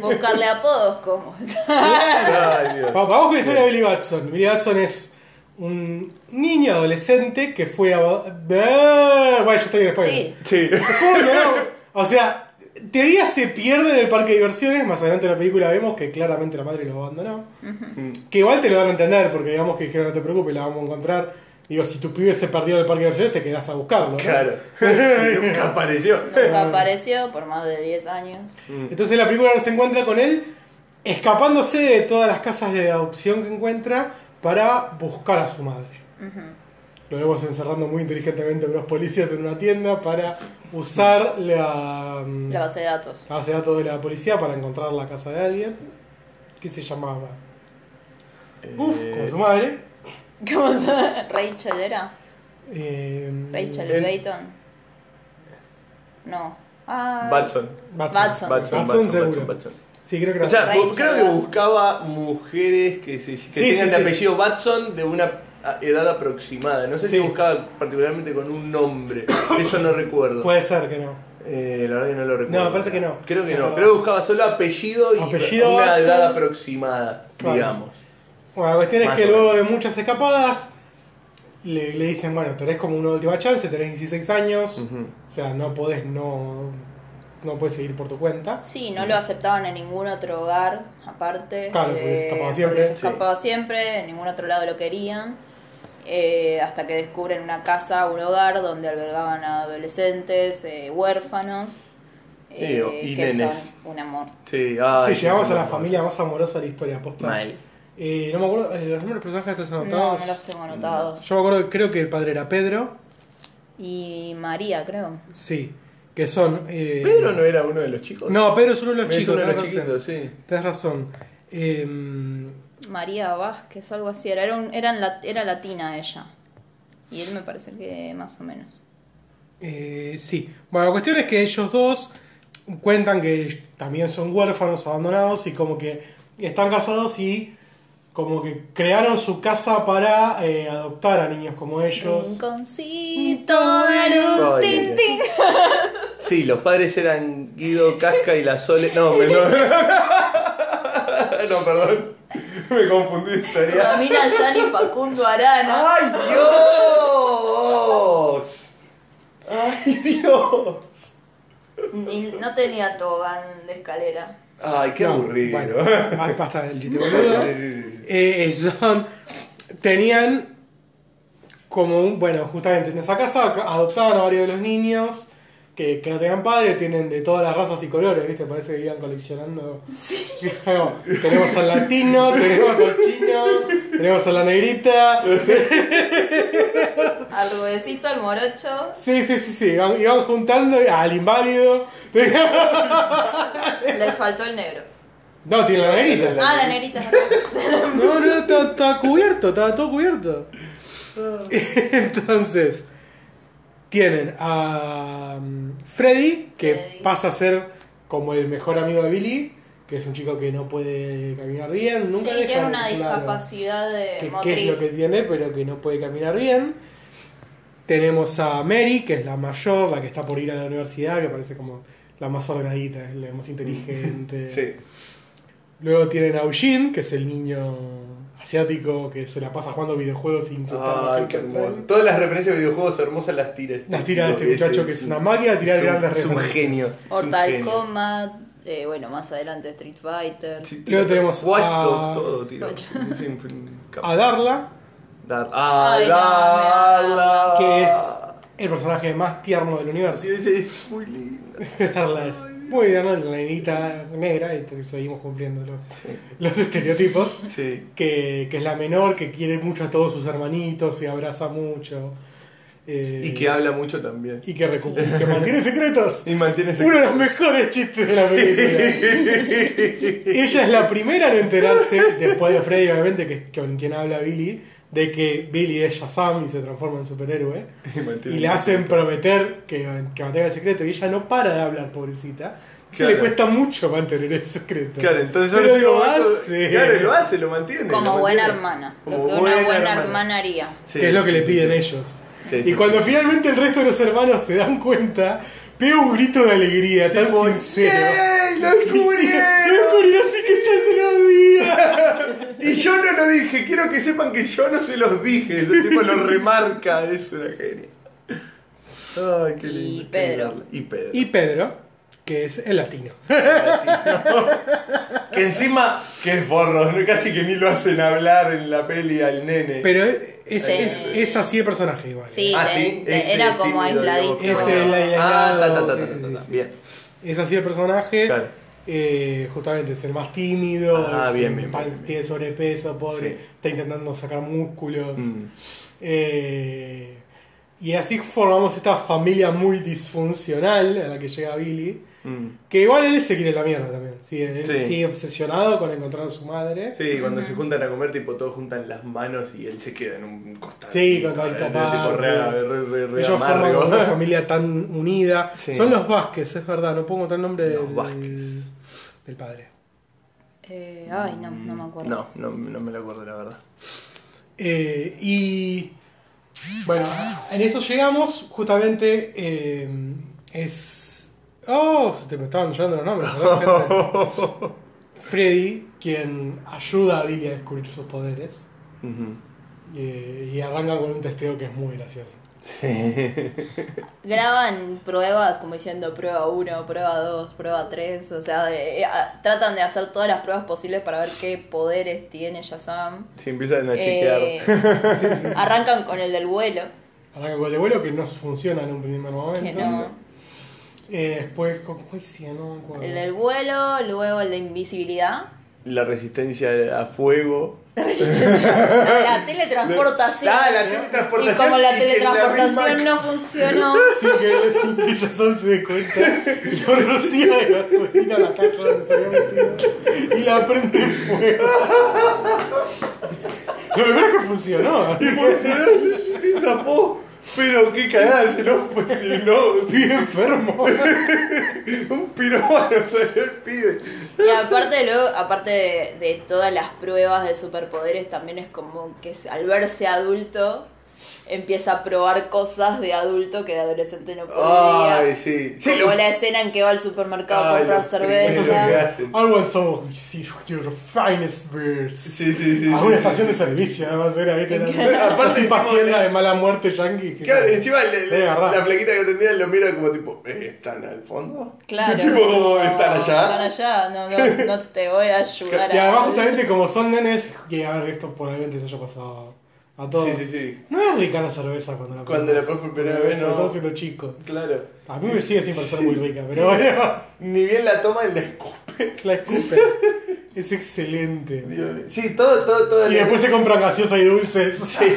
S1: Buscarle apodos como. este.
S2: Ay, Dios.
S3: Va- Vamos con la historia de Billy Batson. Billy Batson es un niño adolescente que fue a... Bueno, yo estoy en spoiler.
S1: Sí.
S2: Sí.
S3: Bueno, O sea, Teoría se pierde en el parque de diversiones. Más adelante en la película vemos que claramente la madre lo abandonó. Que igual te lo dan a entender, porque digamos que dijeron no te preocupes, la vamos a encontrar. Digo, si tu pibe se perdió en el parque de diversiones, te quedás a buscarlo. ¿no?
S2: Claro. Nunca apareció.
S1: Nunca apareció por más de 10 años.
S3: Entonces la película se encuentra con él escapándose de todas las casas de adopción que encuentra para buscar a su madre. Lo vemos encerrando muy inteligentemente a unos policías en una tienda para usar la, mm,
S1: La base de datos.
S3: la base de datos de la policía para encontrar la casa de alguien que se llamaba
S2: Eh,
S3: Uf, como su madre.
S1: ¿Cómo se llama? Rachel era.
S3: Eh,
S1: Rachel
S2: El-
S1: Layton. No. Ah.
S2: Batson.
S1: Batson.
S2: Batson,
S3: Batson
S2: Batson,
S3: seguro.
S2: Batson, Batson.
S3: Sí, creo que era.
S2: O sea,
S1: Rachel
S2: bu- creo que
S1: Batson.
S2: buscaba mujeres que, se, que
S3: sí,
S2: tengan de
S3: sí.
S2: apellido Batson de una a- edad aproximada. No sé si
S3: Sí.
S2: buscaba particularmente con un nombre. Eso no recuerdo.
S3: Puede ser que no.
S2: Eh, la verdad que no lo recuerdo.
S3: No, me parece que no.
S2: Creo que
S3: Es
S2: no.
S3: verdad.
S2: Creo que buscaba solo apellido y
S3: Apellido
S2: una
S3: Batson.
S2: edad aproximada,
S3: Claro.
S2: digamos.
S3: Bueno, la cuestión es
S2: Más
S3: que
S2: o menos.
S3: luego de muchas escapadas le, le dicen, bueno, tenés como una última chance, tenés 16 años, o sea, no podés no no podés seguir por tu cuenta.
S1: Sí, no lo aceptaban en ningún otro hogar, aparte. eh,
S3: Claro, porque se escapaba
S1: porque
S3: siempre.
S1: se escapaba siempre, en ningún otro lado lo querían. Eh, hasta que descubren una casa, un hogar donde albergaban a adolescentes, eh, huérfanos.
S2: Eh, y
S1: que
S2: nenes.
S1: son un amor.
S2: Sí, ay,
S3: sí, llegamos
S2: qué
S3: a la
S2: hermoso.
S3: familia más amorosa de la historia, posta.
S2: Mal.
S3: Eh, no me acuerdo, eh, los números de personajes están
S1: No,
S3: anotados.
S1: no los tengo anotados.
S3: Yo me acuerdo, creo que el padre era Pedro,
S1: Y María, creo.
S3: sí, que son... eh,
S2: Pedro no era uno de los chicos.
S3: No, Pedro es uno de los
S2: Es
S3: chicos.
S2: uno de los
S3: tenés razón.
S2: chiquitos, sí.
S3: Tenés razón. Eh,
S1: María Vázquez, algo así. Era, era un- era, la- era latina ella. Y él me parece que más o menos.
S3: Eh, sí. Bueno, la cuestión es que ellos dos cuentan que también son huérfanos, abandonados y como que están casados y como que crearon su casa para eh, adoptar a niños como ellos.
S1: Rinconcito de luz,
S2: Ay,
S1: tin,
S2: ay, ay.
S1: tin.
S2: Sí, los padres eran Guido, Casca y la Sole. No, me- no. No, perdón. Me confundí de historia.
S1: Romina Yani y Facundo Arana.
S2: ¡Ay, Dios! ¡Ay, Dios!
S1: Y no tenía tobán de escalera.
S2: ¡Ay, qué
S3: No,
S2: aburrido!
S3: bueno, ay, basta del chiste, boludo.
S2: Sí, sí, sí, sí.
S3: Eh, son, tenían como un, bueno, justamente en esa casa adoptaban a varios de los niños, que, que no tengan padre, tienen de todas las razas y colores, ¿viste? Parece que iban coleccionando. Como, tenemos al latino, tenemos al chino, tenemos a la negrita.
S1: Al rubecito, al morocho.
S3: Sí, sí, sí, sí, iban, iban juntando al inválido.
S1: Les faltó el negro.
S3: No, tiene la negrita.
S1: Ah, la negrita. es acá.
S3: No, no, no, está, está cubierto, está todo cubierto. Entonces, tienen a mm, Freddy, que
S1: Freddy.
S3: pasa a ser como el mejor amigo de Billy, que es un chico que no puede caminar bien,
S1: Sí,
S3: nunca deja
S1: tiene una
S3: de- claro,
S1: discapacidad de
S3: que-
S1: motriz.
S3: que es lo que tiene, pero que no puede caminar bien. Tenemos a Mary, que es la mayor, la que está por ir a la universidad, que parece como la más ordenadita, es la más inteligente.
S2: Sí.
S3: Luego tienen a Eugene, que es el niño asiático que se la pasa jugando videojuegos sin
S2: Ay, qué hermoso. Todas las referencias de videojuegos hermosas las tira. este
S3: Las tira
S2: tipo
S3: este muchacho que es una máquina de tirar
S2: es un-
S3: grandes
S2: Es un
S3: referencias.
S2: genio. es un
S1: Mortal
S2: genio.
S1: Kombat, eh, bueno, más adelante Street Fighter.
S2: Sí,
S3: Luego tenemos
S2: Watch
S3: a-
S2: Dogs, todo, tío.
S1: Watch-
S3: A Darla,
S2: Dar. Ah,
S1: Ay,
S2: Darla.
S3: que es el personaje más tierno del universo.
S2: Sí, sí, es muy linda.
S3: Darla es muy tierna, la nenita negra, y te- seguimos cumpliendo los, los estereotipos.
S2: Sí.
S3: Que, que es la menor, que quiere mucho a todos sus hermanitos y abraza mucho. eh,
S2: Y que habla mucho también.
S3: y que recu- que mantiene secretos.
S2: Y mantiene ese.
S3: Uno de los mejores chistes de la película. Ella es la primera en enterarse, después de Freddy, obviamente, que es con quien habla Billy, de que Billy es Shazam y se transforma en superhéroe.
S2: Y, mantiene
S3: Y le
S2: ese-
S3: hacen prometer que, que mantenga el secreto y ella no para de hablar, pobrecita. Se le
S2: Claro.
S3: cuesta mucho mantener el secreto.
S2: Claro, entonces
S3: Pero
S2: ahora sí
S3: lo
S2: momento-
S3: hace.
S2: Claro, lo hace, lo mantiene. lo
S1: Como
S2: mantiene.
S1: buena hermana.
S2: Como
S1: lo que una buena hermana, haría.
S2: Sí,
S3: que es lo que le
S2: sí,
S3: piden
S2: sí.
S3: ellos.
S2: Sí,
S3: y
S2: sí,
S3: cuando
S2: sí.
S3: finalmente el resto de los hermanos se dan cuenta, pega un grito de alegría tan
S2: Tipo,
S3: sincero.
S2: "¡Yay! ¡Lo
S3: Y sí,
S2: descubrieron!
S3: ¡Lo descubrieron así que yo se lo había!
S2: Y yo no lo dije, quiero que sepan que yo no se los dije. El tipo lo remarca, es una genia. Ay, qué
S1: Y
S2: lindo. qué
S1: Pedro.
S2: lindo. Y Pedro.
S3: Y Pedro, que es el latino.
S2: que encima, que es borro, ¿no? casi que ni lo hacen hablar en la peli al nene.
S3: Pero es,
S1: Sí.
S3: es, es así el personaje igual. ¿eh?
S1: Sí,
S2: Ah,
S1: de-
S2: sí,
S1: de-
S2: ese
S1: era como
S2: tímido,
S1: aisladito.
S2: digamos, que
S3: Ese
S2: bueno.
S3: aislado,
S2: Ah, ta, ta, ta,
S3: sí,
S2: ta,
S3: sí,
S2: ta, ta,
S3: sí.
S2: Bien.
S3: Es así el personaje.
S2: Claro.
S3: eh, justamente es el más tímido,
S2: Ah,
S3: es
S2: bien,
S3: un
S2: bien,
S3: tal-
S2: bien, bien.
S3: tiene sobrepeso, pobre,
S2: Sí.
S3: está intentando sacar músculos.
S2: Mm.
S3: Eh, y así formamos esta familia muy disfuncional a la que llega Billy.
S2: Mm.
S3: Que igual él se quiere la mierda también. Sí, él
S2: Sí.
S3: sigue obsesionado con encontrar a su madre. Sí,
S2: Sí, cuando se juntan a comer, tipo, todos juntan las manos y él se queda en un costado.
S3: con todo esto
S2: Tipo,
S3: aparte.
S2: re, re, re, re
S3: Ellos forman
S2: amargo.
S3: como una familia tan unida.
S2: Sí.
S3: Son los Vázquez, es verdad. No pongo tal nombre
S2: Los
S3: del,
S2: Vázquez.
S3: del padre.
S1: Eh, ay, no, no me acuerdo.
S2: Mm, No, no, no me lo acuerdo, la verdad.
S3: Eh, y bueno, en eso llegamos. Justamente eh, es. ¡Oh! Te me estaban llorando los nombres, ¿verdad, gente? Freddy, quien ayuda a Billy a descubrir sus poderes.
S2: Ujú.
S3: eh, y arranca con un testeo que es muy gracioso.
S1: Graban pruebas como diciendo prueba 1, prueba 2, prueba 3. O sea, de- eh, a- tratan de hacer todas las pruebas posibles para ver qué poderes tiene Shazam.
S2: Sí, empiezan a chequear.
S1: Eh, arrancan con el del vuelo.
S3: Arranca con el de vuelo que no funciona en un
S1: Que
S3: primer momento.
S1: no.
S3: Eh, después, ¿con cuál hacía? No me acuerdo.
S1: El del vuelo, luego el de invisibilidad.
S2: La resistencia a fuego.
S1: La resistencia. No, La teletransportación.
S2: Ah, la teletransportación.
S1: Y como la
S2: y que
S1: teletransportación
S2: misma-
S1: no funcionó,
S3: Sin que, sin que Jason se dé cuenta, lo rocía de gasolina a la caja donde se había metido y la prende fuego. Lo primero es que funcionó.
S2: Y funcionó, sí, sí, zapó. Pero qué cagada, pues, se lo funcionó.
S3: Estoy enfermo.
S2: Un piromano salió el pibe.
S1: y aparte luego, aparte de, de todas las pruebas de superpoderes, también es como que se- al verse adulto empieza a probar cosas de adulto que de adolescente no podía.
S2: Ay, sí. Sí,
S1: como
S2: lo-
S1: la escena en que va al supermercado a
S2: Ay,
S1: comprar
S2: lo primero que
S1: cerveza.
S2: hacen.
S3: I want some of your finest beers.
S2: Sí, sí, sí.
S3: a
S2: sí,
S3: una
S2: sí.
S3: estación de servicio, además era, ¿viste?
S2: Aparte,
S3: Aparte,
S2: tipo,
S3: tienda de mala muerte yankee. que-
S2: Claro, encima le- le-
S3: Debe agarrar.
S2: la flaquita que atendía lo mira como tipo, "Eh, ¿están al fondo?
S1: Claro.
S2: Tipo como, ¿están
S1: Están
S2: allá?
S1: allá, no, no, no te voy a ayudar
S3: Y
S1: a-
S3: además justamente como son nenes, que a ver, esto probablemente se haya pasado a todos.
S2: Sí, sí, sí.
S3: No es rica la cerveza cuando la
S2: Cuando la probás por primera vez,
S3: Sobre
S2: no.
S3: todo siendo chico.
S2: Claro.
S3: A mí me sigue sin parecer muy rica, pero bueno,
S2: Ni bien la toma y la escupe.
S3: la escupe. Es excelente.
S2: Dios mío. Sí, todo, todo, todo.
S3: Y después se compran gaseosa y dulces.
S2: Sí.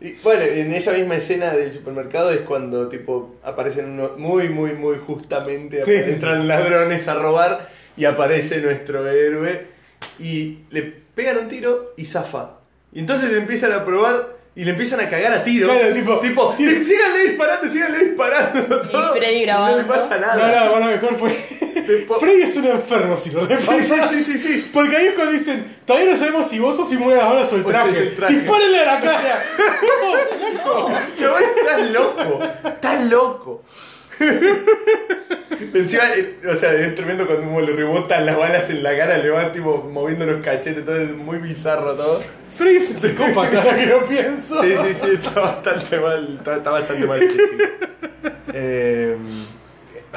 S2: Y, bueno, en esa misma escena del supermercado es cuando tipo aparecen uno- muy, muy, muy justamente
S3: Sí.
S2: entran ladrones a robar y aparece nuestro héroe y le pegan un tiro y zafa. Y entonces empiezan a probar y le empiezan a cagar a tiro.
S3: Claro, tipo,
S2: tipo "Eh,
S3: tiro.
S2: síganle disparando, síganle disparando.
S1: Y
S2: todo,
S1: Freddy
S2: y No le
S1: grabando.
S2: pasa
S3: No,
S2: nada.
S3: no, bueno, mejor fue.
S2: Tipo-
S3: Freddy es un enfermo si lo
S2: Sí, sí,
S3: repasas.
S2: sí, sí, sí.
S3: Porque ahí es cuando dicen, todavía no sabemos si vos sos inmune a las balas o el
S2: O si es
S3: traje.
S2: el traje.
S3: ¡Dispárenle a la cara! ¡No, flaco!
S2: Chabón, estás loco. Estás loco. Encima, eh, o sea, es tremendo cuando como le rebotan las balas en la cara, le van tipo moviendo los cachetes, todo es muy bizarro todo.
S3: Freddy es un psicópata, ahora que lo pienso.
S2: Sí, sí, sí, está bastante mal, está, está bastante mal. ese chico. Eh,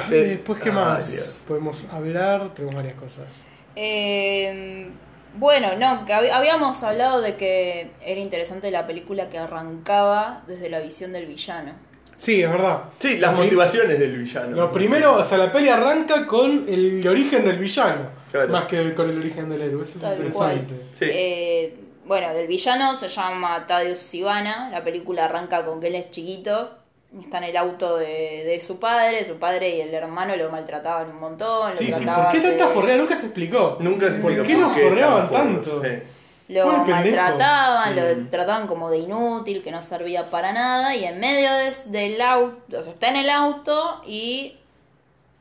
S3: Y después, ¿qué
S2: ay,
S3: más?
S2: Dios.
S3: Podemos hablar, tenemos varias cosas.
S1: Eh, bueno, no, que habi- habíamos hablado de que era interesante la película que arrancaba desde la visión del villano.
S3: Sí, es verdad.
S2: Sí, las motivaciones del villano.
S3: Lo primero, o sea, la peli arranca con el origen del villano,
S2: Claro.
S3: más que con el origen del héroe. Eso es
S1: Tal
S3: interesante.
S1: cual.
S2: Sí.
S1: Eh, bueno, del villano se llama Tadeusz Sivana. La película arranca con que él es chiquito. Está en el auto de, de su padre. Su padre y el hermano lo maltrataban un montón. lo
S3: Sí, sí, ¿por
S1: trataban
S3: qué tanta
S1: de-
S3: forrea? Nunca se explicó.
S2: Nunca se
S3: ¿Por
S2: explica
S3: qué nos forreaban
S2: estaban
S3: tanto?
S2: forros, sí.
S1: Lo
S3: Pobre pendejo.
S1: maltrataban, lo trataban como de inútil, que no servía para nada. Y en medio de- del auto, o sea, está en el auto y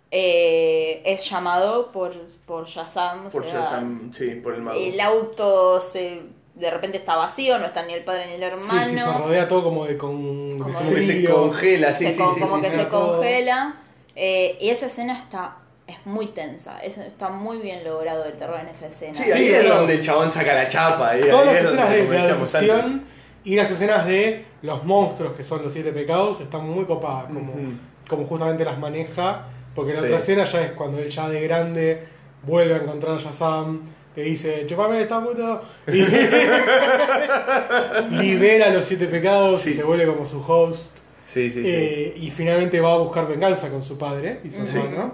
S1: eh, es llamado por, por Shazam. o
S2: Por
S1: sea,
S2: Shazam, sí, por el mago.
S1: el auto se, de repente está vacío, no está ni el padre ni el
S3: Sí,
S1: hermano.
S3: sí, se rodea todo como de con. de
S1: Como
S2: Como que se
S3: frío.
S2: congela, sí,
S1: Se
S2: sí,
S1: con-
S2: sí,
S1: como
S2: sí,
S1: que
S2: sí.
S1: se
S3: todo.
S1: congela. eh, y esa escena está es muy tensa. es- está muy bien logrado el terror en esa escena.
S2: Sí, ahí
S3: Sí,
S2: es
S3: claro.
S2: donde el chabón saca la chapa. Ahí,
S3: Todas
S2: ahí
S3: las
S2: es donde,
S3: escenas de,
S2: como
S3: de
S2: decíamos antes.
S3: adopción y las escenas de los monstruos, que son los siete pecados, están muy copadas, como,
S2: Ujú.
S3: como justamente las maneja. Porque la
S2: Sí.
S3: otra escena ya es cuando él ya de grande vuelve a encontrar a Shazam, le dice, chupame esta puto, y libera los siete pecados y
S2: Sí.
S3: se vuelve como su host.
S2: Sí, sí, sí.
S3: Eh, y finalmente va a buscar venganza con su padre y su
S1: Ujú.
S3: hermano.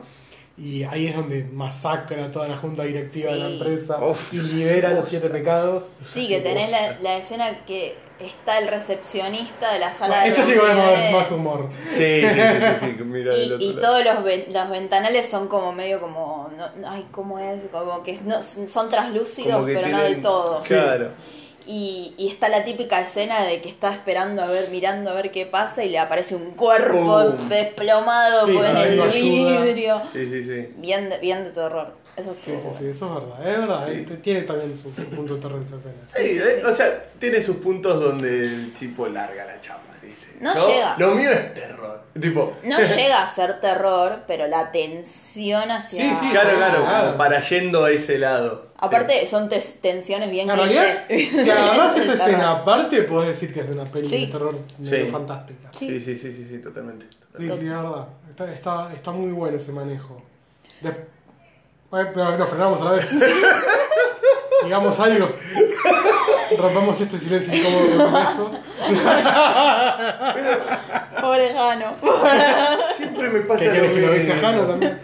S3: Y ahí es donde masacra a toda la junta directiva de la
S1: Sí.
S3: empresa
S2: Uf,
S3: y
S2: los
S3: libera
S2: hace
S3: los siete pecados.
S1: Sí, que tenés la, la escena que está el recepcionista de la sala de
S3: Eso llegó de más,
S1: reuniones,
S3: más humor.
S2: Sí, sí, sí, sí, sí, mira del
S1: Y,
S2: otro
S1: y
S2: lado.
S1: todos los, ven- los ventanales son como medio como. no- no- ay, ¿cómo es? Como que no, son traslúcidos,
S2: Como que
S1: pero no
S2: tienen-
S1: del todo.
S2: Claro.
S1: Y, y está la típica escena de que está esperando a ver, mirando a ver qué pasa y le aparece un cuerpo
S2: Boom.
S1: desplomado
S3: Sí,
S1: por en
S3: ahí
S1: el
S3: lo ayuda.
S1: vidrio.
S2: Sí, sí, sí.
S1: Bien de, bien de terror. Eso
S3: Sí,
S1: estuvo
S3: sí, sí,
S1: bueno.
S3: eso es verdad, es verdad.
S2: Sí.
S3: Este Tiene también su, su punto de terror esas escenas.
S2: Sí, eh, o sea, tiene sus puntos donde el tipo larga la chapa, dice.
S1: No llega.
S2: Lo mío es terror. Tipo,
S1: No llega a ser terror, pero la tensión hacia.
S3: Sí, sí,
S2: claro, claro,
S3: Ah.
S2: como para yendo a ese lado.
S1: Aparte, son tes- tensiones bien
S3: En realidad,
S1: cliché.
S3: si agarrás
S1: Del
S3: esa escena
S1: terror.
S3: aparte, podés decir que es de una peli
S1: Sí.
S3: de terror medio fantástica. Sí,
S2: Sí, sí, sí, sí, sí, sí, totalmente.
S3: sí, es verdad. Está, está, está muy bueno ese manejo. De... Ay, pero nos frenamos a la vez. Digamos algo. Rompamos este silencio incómodo con eso.
S1: Pobre Jano.
S2: Siempre me pasa
S3: ¿Qué querés que lo
S2: mismo.
S3: dice Jano también?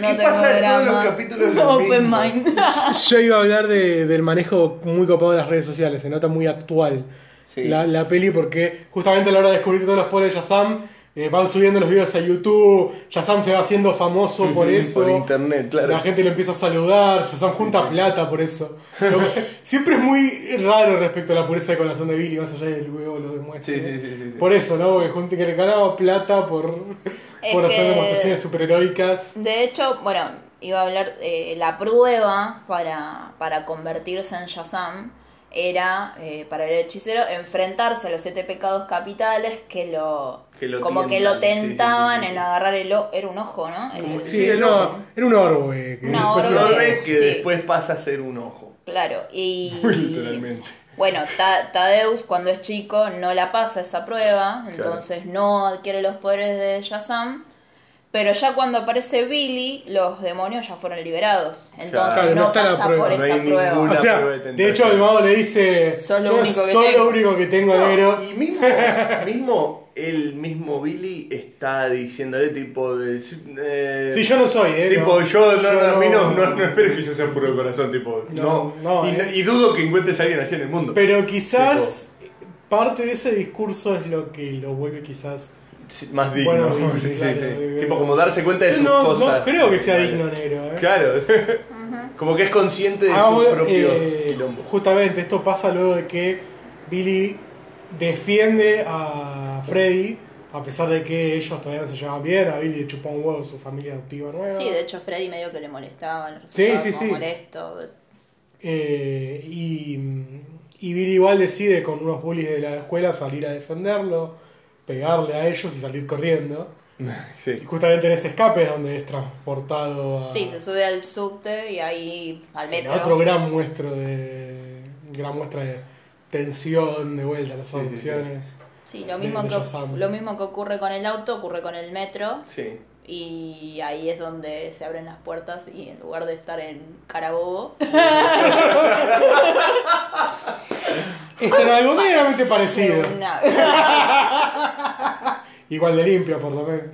S1: No
S2: ¿Qué
S1: tengo
S2: pasa en todos
S1: drama.
S2: los capítulos lo
S1: Open
S2: mismo?
S1: mind.
S3: Yo iba a hablar de- del manejo muy copado de las redes sociales, se nota muy actual
S2: Sí.
S3: la, la peli porque justamente a la hora de descubrir todos los pobres de Shazam, eh, van subiendo los videos a YouTube, Shazam se va haciendo famoso por
S2: Ujú,
S3: eso.
S2: Por internet, claro.
S3: La gente lo empieza a saludar, Shazam junta plata por eso. Lo que- Siempre es muy raro respecto a la pureza de corazón de Billy, más allá del huevo lo demuestra.
S2: Sí, sí, sí, sí, sí.
S3: Por eso, ¿no? Que, junte, que le ganaba plata por,
S1: Es
S3: por hacer
S1: que-
S3: demostraciones superheroicas.
S1: De hecho, bueno, iba a hablar, eh, la prueba para, para convertirse en Shazam era, eh, para el hechicero, enfrentarse a los siete pecados capitales que lo,
S2: Que lo
S1: como que lo
S2: tientan, sí, sí, sí,
S1: tentaban
S2: sí, sí.
S1: en agarrar el ojo, era un ojo, ¿no? El-
S2: Como que-
S3: Sí,
S2: Sí, el
S3: no,
S2: ojo.
S3: era un orbe. que
S1: Una
S3: después
S2: Por
S3: se-
S1: orbe.
S2: lo ves que
S1: Sí.
S2: después pasa a ser un ojo.
S1: Claro, y...
S2: Muy literalmente.
S1: Bueno, Ta- Tadeus cuando es chico no la pasa esa prueba, entonces no adquiere los poderes de Shazam, Pero ya cuando aparece Billy, los demonios ya fueron liberados. Entonces
S3: Claro, no
S1: no,
S3: está la
S1: pasa
S3: prueba,
S1: por esa
S2: no hay
S1: prueba.
S2: ninguna.
S3: O
S2: Una
S3: sea,
S2: prueba de
S3: de
S2: tentación.
S3: hecho el mago le dice,
S1: Sos lo
S3: "No,
S1: único que
S3: sos
S1: tengo".
S3: lo único que tengo, negro.
S2: y mismo, mismo el mismo Billy está diciéndole tipo de, eh,
S3: Si yo no soy, eh.
S2: Tipo,
S3: no.
S2: yo, no, no,
S3: Yo
S2: a mí no, no, no esperes que yo sea puro de corazón, tipo, no.
S3: No, no,
S2: y,
S3: eh.
S2: no- y dudo que encuentres a alguien así en el mundo.
S3: Pero quizás parte de ese discurso es lo que lo vuelve quizás.
S2: Sí, más digno.
S3: Bueno,
S2: sí, sí,
S3: claro,
S2: sí.
S3: eh,
S2: tipo, como darse cuenta de
S3: Yo
S2: sus
S3: no, no
S2: cosas.
S3: creo que sea
S2: Vale.
S3: digno negro, eh.
S2: Claro. como que es consciente de
S3: Ah,
S2: sus
S3: bueno,
S2: propios
S3: eh,
S2: quilombos.
S3: justamente, esto pasa luego de que Billy defiende a Freddy, a pesar de que ellos todavía no se llevaban bien, a Billy le chupó un huevo su familia adoptiva nueva.
S1: Sí, de hecho Freddy medio que le molestaba, le
S3: Sí,
S1: resultaba
S3: sí,
S1: como
S3: sí.
S1: molesto.
S3: Eh, y, y Billy igual decide con unos bullies de la escuela salir a defenderlo, pegarle a ellos y salir corriendo.
S2: Sí.
S3: Y justamente en ese escape es donde es transportado a
S1: Sí, se sube al subte y ahí al metro.
S3: otro gran muestro de gran muestra de tensión de vuelta las
S2: Sí, sí, sí.
S3: audiciones.
S1: Sí, lo mismo,
S3: de- de
S1: que,
S3: Shazam.
S1: lo mismo que ocurre con el auto, ocurre con el metro.
S2: Sí.
S1: Y ahí es donde se abren las puertas y en lugar de estar en Carabobo,
S3: Está en algo medianamente parecido.
S1: se una-
S3: Igual de limpio, por lo menos.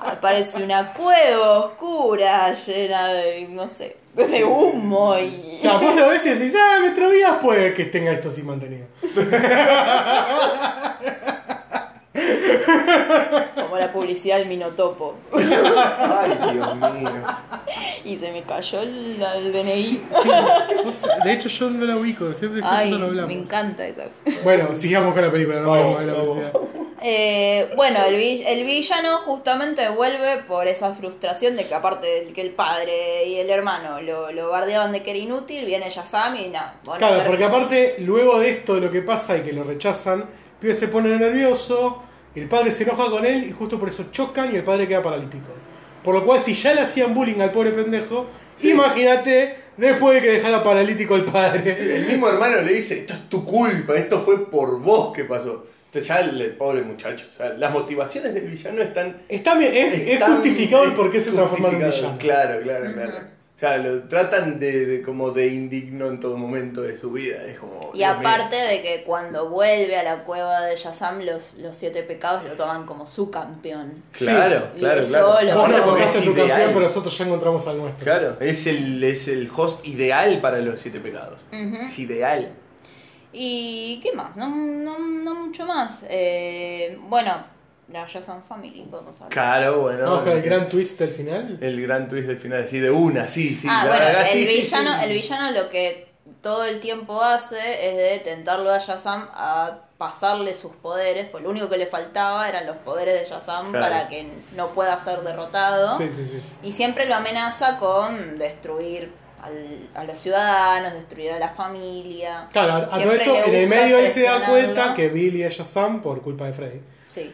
S1: aparece una cueva oscura llena de, no sé, de humo y...
S3: O sea, vos lo ves y decís, ah, Metrovías puede que tenga esto así mantenido.
S1: Como la publicidad del Minotopo.
S2: Ay, Dios mío.
S1: Y se me cayó el, el DNI.
S3: De hecho, yo no la ubico, siempre
S1: Ay, me encanta esa.
S3: Bueno, sigamos con la película, no
S2: Vamos,
S3: vamos, a la
S2: vamos.
S3: publicidad.
S1: Eh, bueno, el, vi- el villano justamente vuelve por esa frustración de que aparte del que el padre y el hermano lo, lo bardeaban de que era inútil, viene Yazam y nada. vos no
S3: Claro,
S1: servís.
S3: porque aparte, luego de esto, lo que pasa y que lo rechazan, el pibe se pone nervioso, el padre se enoja con él y justo por eso chocan y el padre queda paralítico. Por lo cual, si ya le hacían bullying al pobre pendejo, imagínate después de que dejara paralítico el padre.
S2: El mismo hermano le dice, esto es tu culpa, esto fue por vos que pasó. Entonces ya el, el pobre muchacho, o sea, las motivaciones del villano están...
S3: Está bien, es, es
S2: están-
S3: justificado el por qué se transforma en un
S2: justificado.
S3: villano.
S2: Claro, claro, claro. O sea, lo tratan de, de como de indigno en todo momento de su vida. Es como,
S1: Y
S2: Dios
S1: aparte de que cuando vuelve a la cueva de Yazam, los, los siete pecados lo toman como su campeón.
S2: mío. Claro,
S1: Sí.
S2: claro,
S1: Y
S2: claro.
S1: solo.
S3: Vos
S2: Aparte
S3: no
S2: porque es
S3: encontraste tu
S2: ideal.
S3: campeón, pero nosotros ya encontramos al nuestro.
S2: Claro, es el, es el host ideal para los siete pecados.
S1: Ujú.
S2: Es ideal.
S1: ¿Y qué más? No, no, no mucho más. Eh, bueno, la Yazam Family podemos hablar.
S2: Claro, bueno.
S3: Vamos con el gran twist del final.
S2: El gran twist del final, así de una, sí, sí.
S1: ah,
S2: la
S1: bueno,
S2: verdad,
S1: el,
S2: sí, sí,
S1: villano,
S2: sí.
S1: el villano lo que todo el tiempo hace es de tentarlo a Yazam a pasarle sus poderes, pues lo único que le faltaba eran los poderes de Yazam
S2: Claro.
S1: para que no pueda ser derrotado.
S3: Sí, sí, sí.
S1: Y siempre lo amenaza con destruir al- a los ciudadanos, destruir a la familia.
S3: Claro, a- a todo
S1: Siempre
S3: esto,
S1: le
S3: en el
S1: busca
S3: medio él se da
S1: presionarlo.
S3: cuenta que Billy es Shazam por culpa de Freddy.
S1: Sí.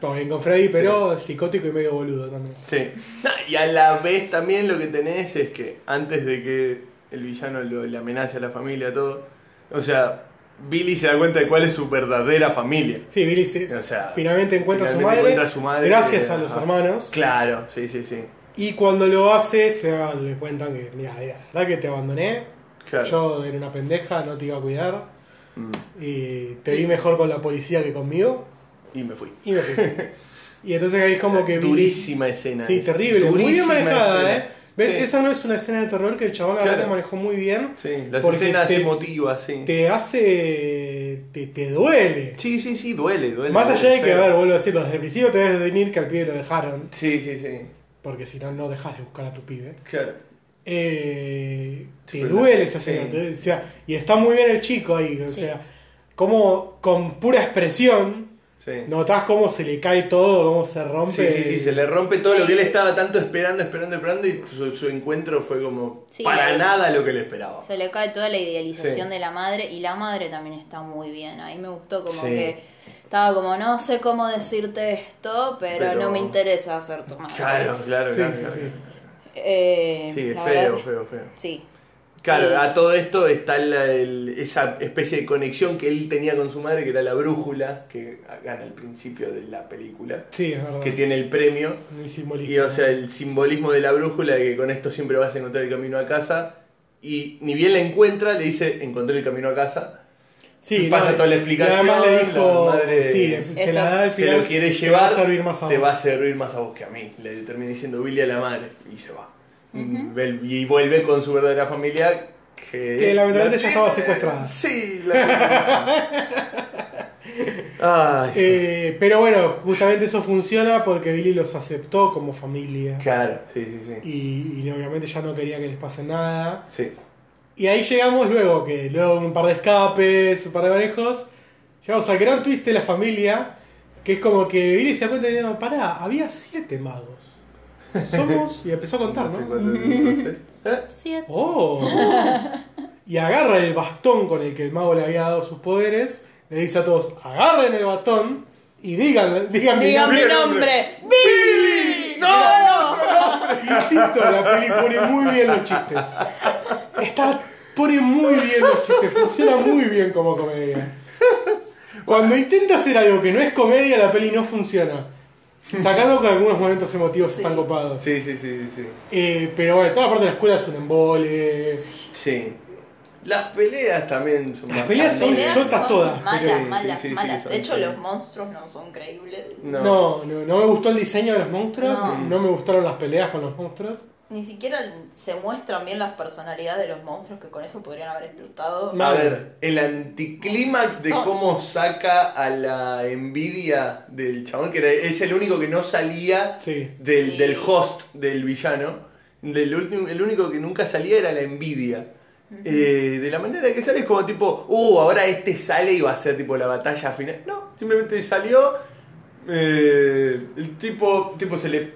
S3: Todo bien con Freddy, pero psicótico y medio boludo también.
S2: Sí. No, Y a la vez también lo que tenés es que antes de que el villano lo, le amenace a la familia, todo. O sea, Billy se da cuenta de cuál es su verdadera familia.
S3: Sí, Billy se-
S2: O sea,
S3: finalmente encuentra a su,
S2: finalmente
S3: madre,
S2: encuentra a su madre,
S3: gracias
S2: eh,
S3: a los
S2: ajá.
S3: hermanos.
S2: Claro, sí, sí, sí.
S3: Y cuando lo hace, se da- le cuentan que, mira, la verdad que te abandoné,
S2: Claro.
S3: yo era una pendeja, no te iba a cuidar,
S2: Mm.
S3: y te vi mejor con la policía que conmigo,
S2: Y me fui.
S3: y me fui. y entonces ahí es como que Billy
S2: Durísima escena.
S3: Sí,
S2: esa.
S3: terrible, muy bien
S2: Durísima
S3: manejada,
S2: escena.
S3: ¿eh? ¿Ves?
S2: Sí.
S3: Esa no es una escena de terror que el chabón la
S2: Claro.
S3: verdad, manejó muy bien.
S2: Sí, las
S3: Porque
S2: escenas
S3: te-
S2: emotivas, sí.
S3: Te hace. te, te duele.
S2: Sí, sí, sí, duele, duele.
S3: Más allá
S2: duele,
S3: de que, a
S2: feo.
S3: ver, vuelvo a decirlo, desde el principio te debes venir que al pibe lo dejaron.
S2: Sí, sí, sí.
S3: Porque si no, no dejas de buscar a tu pibe.
S2: Claro.
S3: Eh, te
S2: Sí, pero-
S3: duele esa
S2: sí.
S3: escena. te- o sea, y está muy bien el chico ahí. O
S1: Sí.
S3: sea, como con pura expresión.
S2: Sí.
S3: Notas cómo se le cae todo, cómo se
S2: Sí,
S3: rompe.
S2: sí, sí, se le rompe todo lo que él estaba tanto esperando, esperando, esperando y su, su encuentro fue como
S1: Sí,
S2: para
S1: la-
S2: nada lo que él esperaba.
S1: Se le cae toda la idealización
S2: Sí.
S1: de la madre y la madre también está muy bien. A mí me gustó como
S2: Sí.
S1: que estaba como, no sé cómo decirte esto, pero,
S2: Pero-
S1: no me interesa hacer tu madre.
S2: Claro, claro,
S3: Sí,
S2: claro.
S3: sí,
S2: claro.
S3: sí.
S1: Eh,
S2: Sí, es
S1: la
S2: feo,
S1: verdad-
S2: feo, feo.
S1: Sí.
S2: Claro,
S1: Sí.
S2: a todo esto está la- el- esa especie de conexión que él tenía con su madre, que era la brújula, que gana al principio de la película,
S3: Sí, es verdad.
S2: que tiene el premio.
S3: Muy simbolista.
S2: Y o sea, el simbolismo de la brújula, de que con esto siempre vas a encontrar el camino a casa. Y ni bien la encuentra, le dice, encontré el camino a casa.
S3: sí,
S2: pasa toda la
S3: y
S2: explicación,
S3: Además le dijo,
S2: la madre-
S3: sí, se la da al
S2: Se
S3: final.
S2: lo quiere
S3: te
S2: llevar,
S3: va a servir más a
S2: te
S3: vos.
S2: va a servir más a vos que a mí. Le termina diciendo Billy a la madre y se va. Mm, Vel- Y vuelve con su verdadera familia. Que,
S3: Que lamentablemente
S2: la-
S3: ya estaba secuestrada.
S2: Sí, la Ay,
S3: Eh, pero bueno, justamente eso funciona porque Billy los aceptó como familia.
S2: claro, sí, sí, sí.
S3: Y, y obviamente ya no quería que les pase nada.
S2: Sí,
S3: Y ahí llegamos luego, que luego un par de escapes, un par de manejos. Llegamos al gran twist de la familia, que es como que Billy se da cuenta de, no, pará, había siete magos. Somos, y empezó a contar,
S2: Este
S3: ¿no?
S2: cuatro, entonces, ¿eh?
S1: Siete.
S3: ¡Oh! Y agarra el bastón con el que el mago le había dado sus poderes, le dice a todos, agarren el bastón y digan, digan mi
S1: Diga mi
S3: nombre".
S1: nombre. ¡Billy! ¡No!
S3: Insisto, la peli pone muy bien los chistes. Está, pone muy bien los chistes, funciona muy bien como comedia. Cuando intenta hacer algo que no es comedia, la peli no funciona. Sacando que algunos momentos emotivos están copados.
S2: Sí, sí, sí, sí, sí.
S3: Eh, pero bueno, toda la parte de la escuela es un embole.
S2: Sí. Las peleas también son
S3: Las
S2: más
S3: peleas son-
S2: grandes.
S3: yo chotas todas,
S1: Malas,
S2: pero- sí,
S1: malas,
S2: sí, sí,
S1: malas.
S2: son
S1: de hecho,
S2: malas.
S1: los monstruos no son creíbles.
S2: No.
S3: No. No, no, me gustó el diseño de los monstruos,
S1: No.
S3: no. me gustaron las peleas con los monstruos.
S1: Ni siquiera se muestran bien las personalidades de los monstruos que con eso podrían haber explotado.
S3: No.
S2: A ver, el anticlímax de cómo saca a la envidia del chabón, que era- es el único que no salía
S3: Sí.
S2: del,
S1: Sí.
S2: del host del villano. Del último, el único que nunca salía era la envidia. Eh, de la manera que sale es como tipo, uh, ahora este sale y va a ser tipo la batalla final. No, simplemente salió. eh, el tipo, tipo se le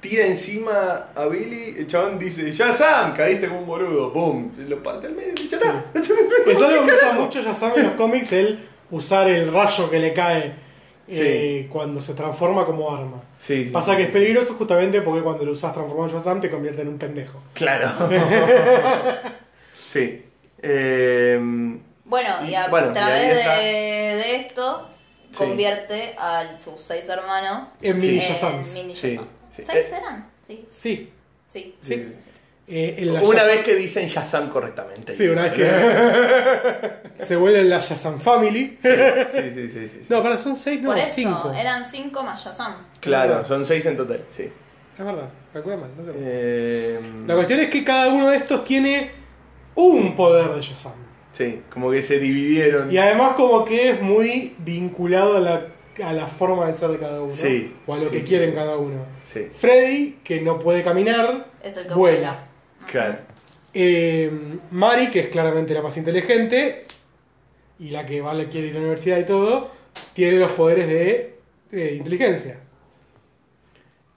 S2: tira encima a Billy. El chabón dice, ya Sam, caíste como un boludo. Boom, se lo parte al medio y ya está.
S3: Es algo que usa mucho, ya saben, en los cómics, el usar el rayo que le cae eh, cuando se transforma como arma.
S2: Sí, sí,
S3: Pasa
S2: sí.
S3: que es peligroso justamente porque cuando lo usas transformado en Shazam te convierte en un pendejo.
S2: Claro. sí. Eh,
S1: Bueno, y,
S2: Y,
S1: a
S2: bueno, y
S1: través
S2: ahí
S1: de,
S2: está.
S1: de esto
S2: Sí.
S1: convierte a sus seis hermanos
S3: En mini
S1: en
S3: Shazams.
S1: mini
S2: Sí,
S1: Shazam.
S2: sí.
S1: ¿Seis
S2: Eh.
S1: eran? Sí,
S3: Sí.
S1: sí.
S3: Sí.
S2: Sí, sí, sí.
S3: Eh, en la
S2: una
S3: Shazam-
S2: vez que dicen Shazam correctamente.
S3: Sí, una vez que. se vuelve la Shazam Family.
S2: Sí, sí, sí, sí, sí.
S3: No, para son seis, no,
S1: Por eso,
S3: cinco.
S1: eran cinco más Shazam.
S2: Claro, son seis en total, sí.
S3: Es verdad, calcula mal, no sé.
S2: Eh,
S3: La cuestión es que cada uno de estos tiene un poder de Shazam.
S2: Sí, como que se dividieron.
S3: Y además como que es muy vinculado a la, a la forma de ser de cada uno.
S2: Sí,
S3: O a lo
S2: sí,
S3: que
S2: sí.
S3: quieren cada uno.
S2: Sí,
S3: Freddy, que no puede caminar.
S1: Es el que
S3: vuela.
S1: vuela.
S2: claro.
S3: Eh, Mari, que es claramente la más inteligente. Y la que vale, quiere ir a la universidad y todo. Tiene los poderes de, eh, inteligencia.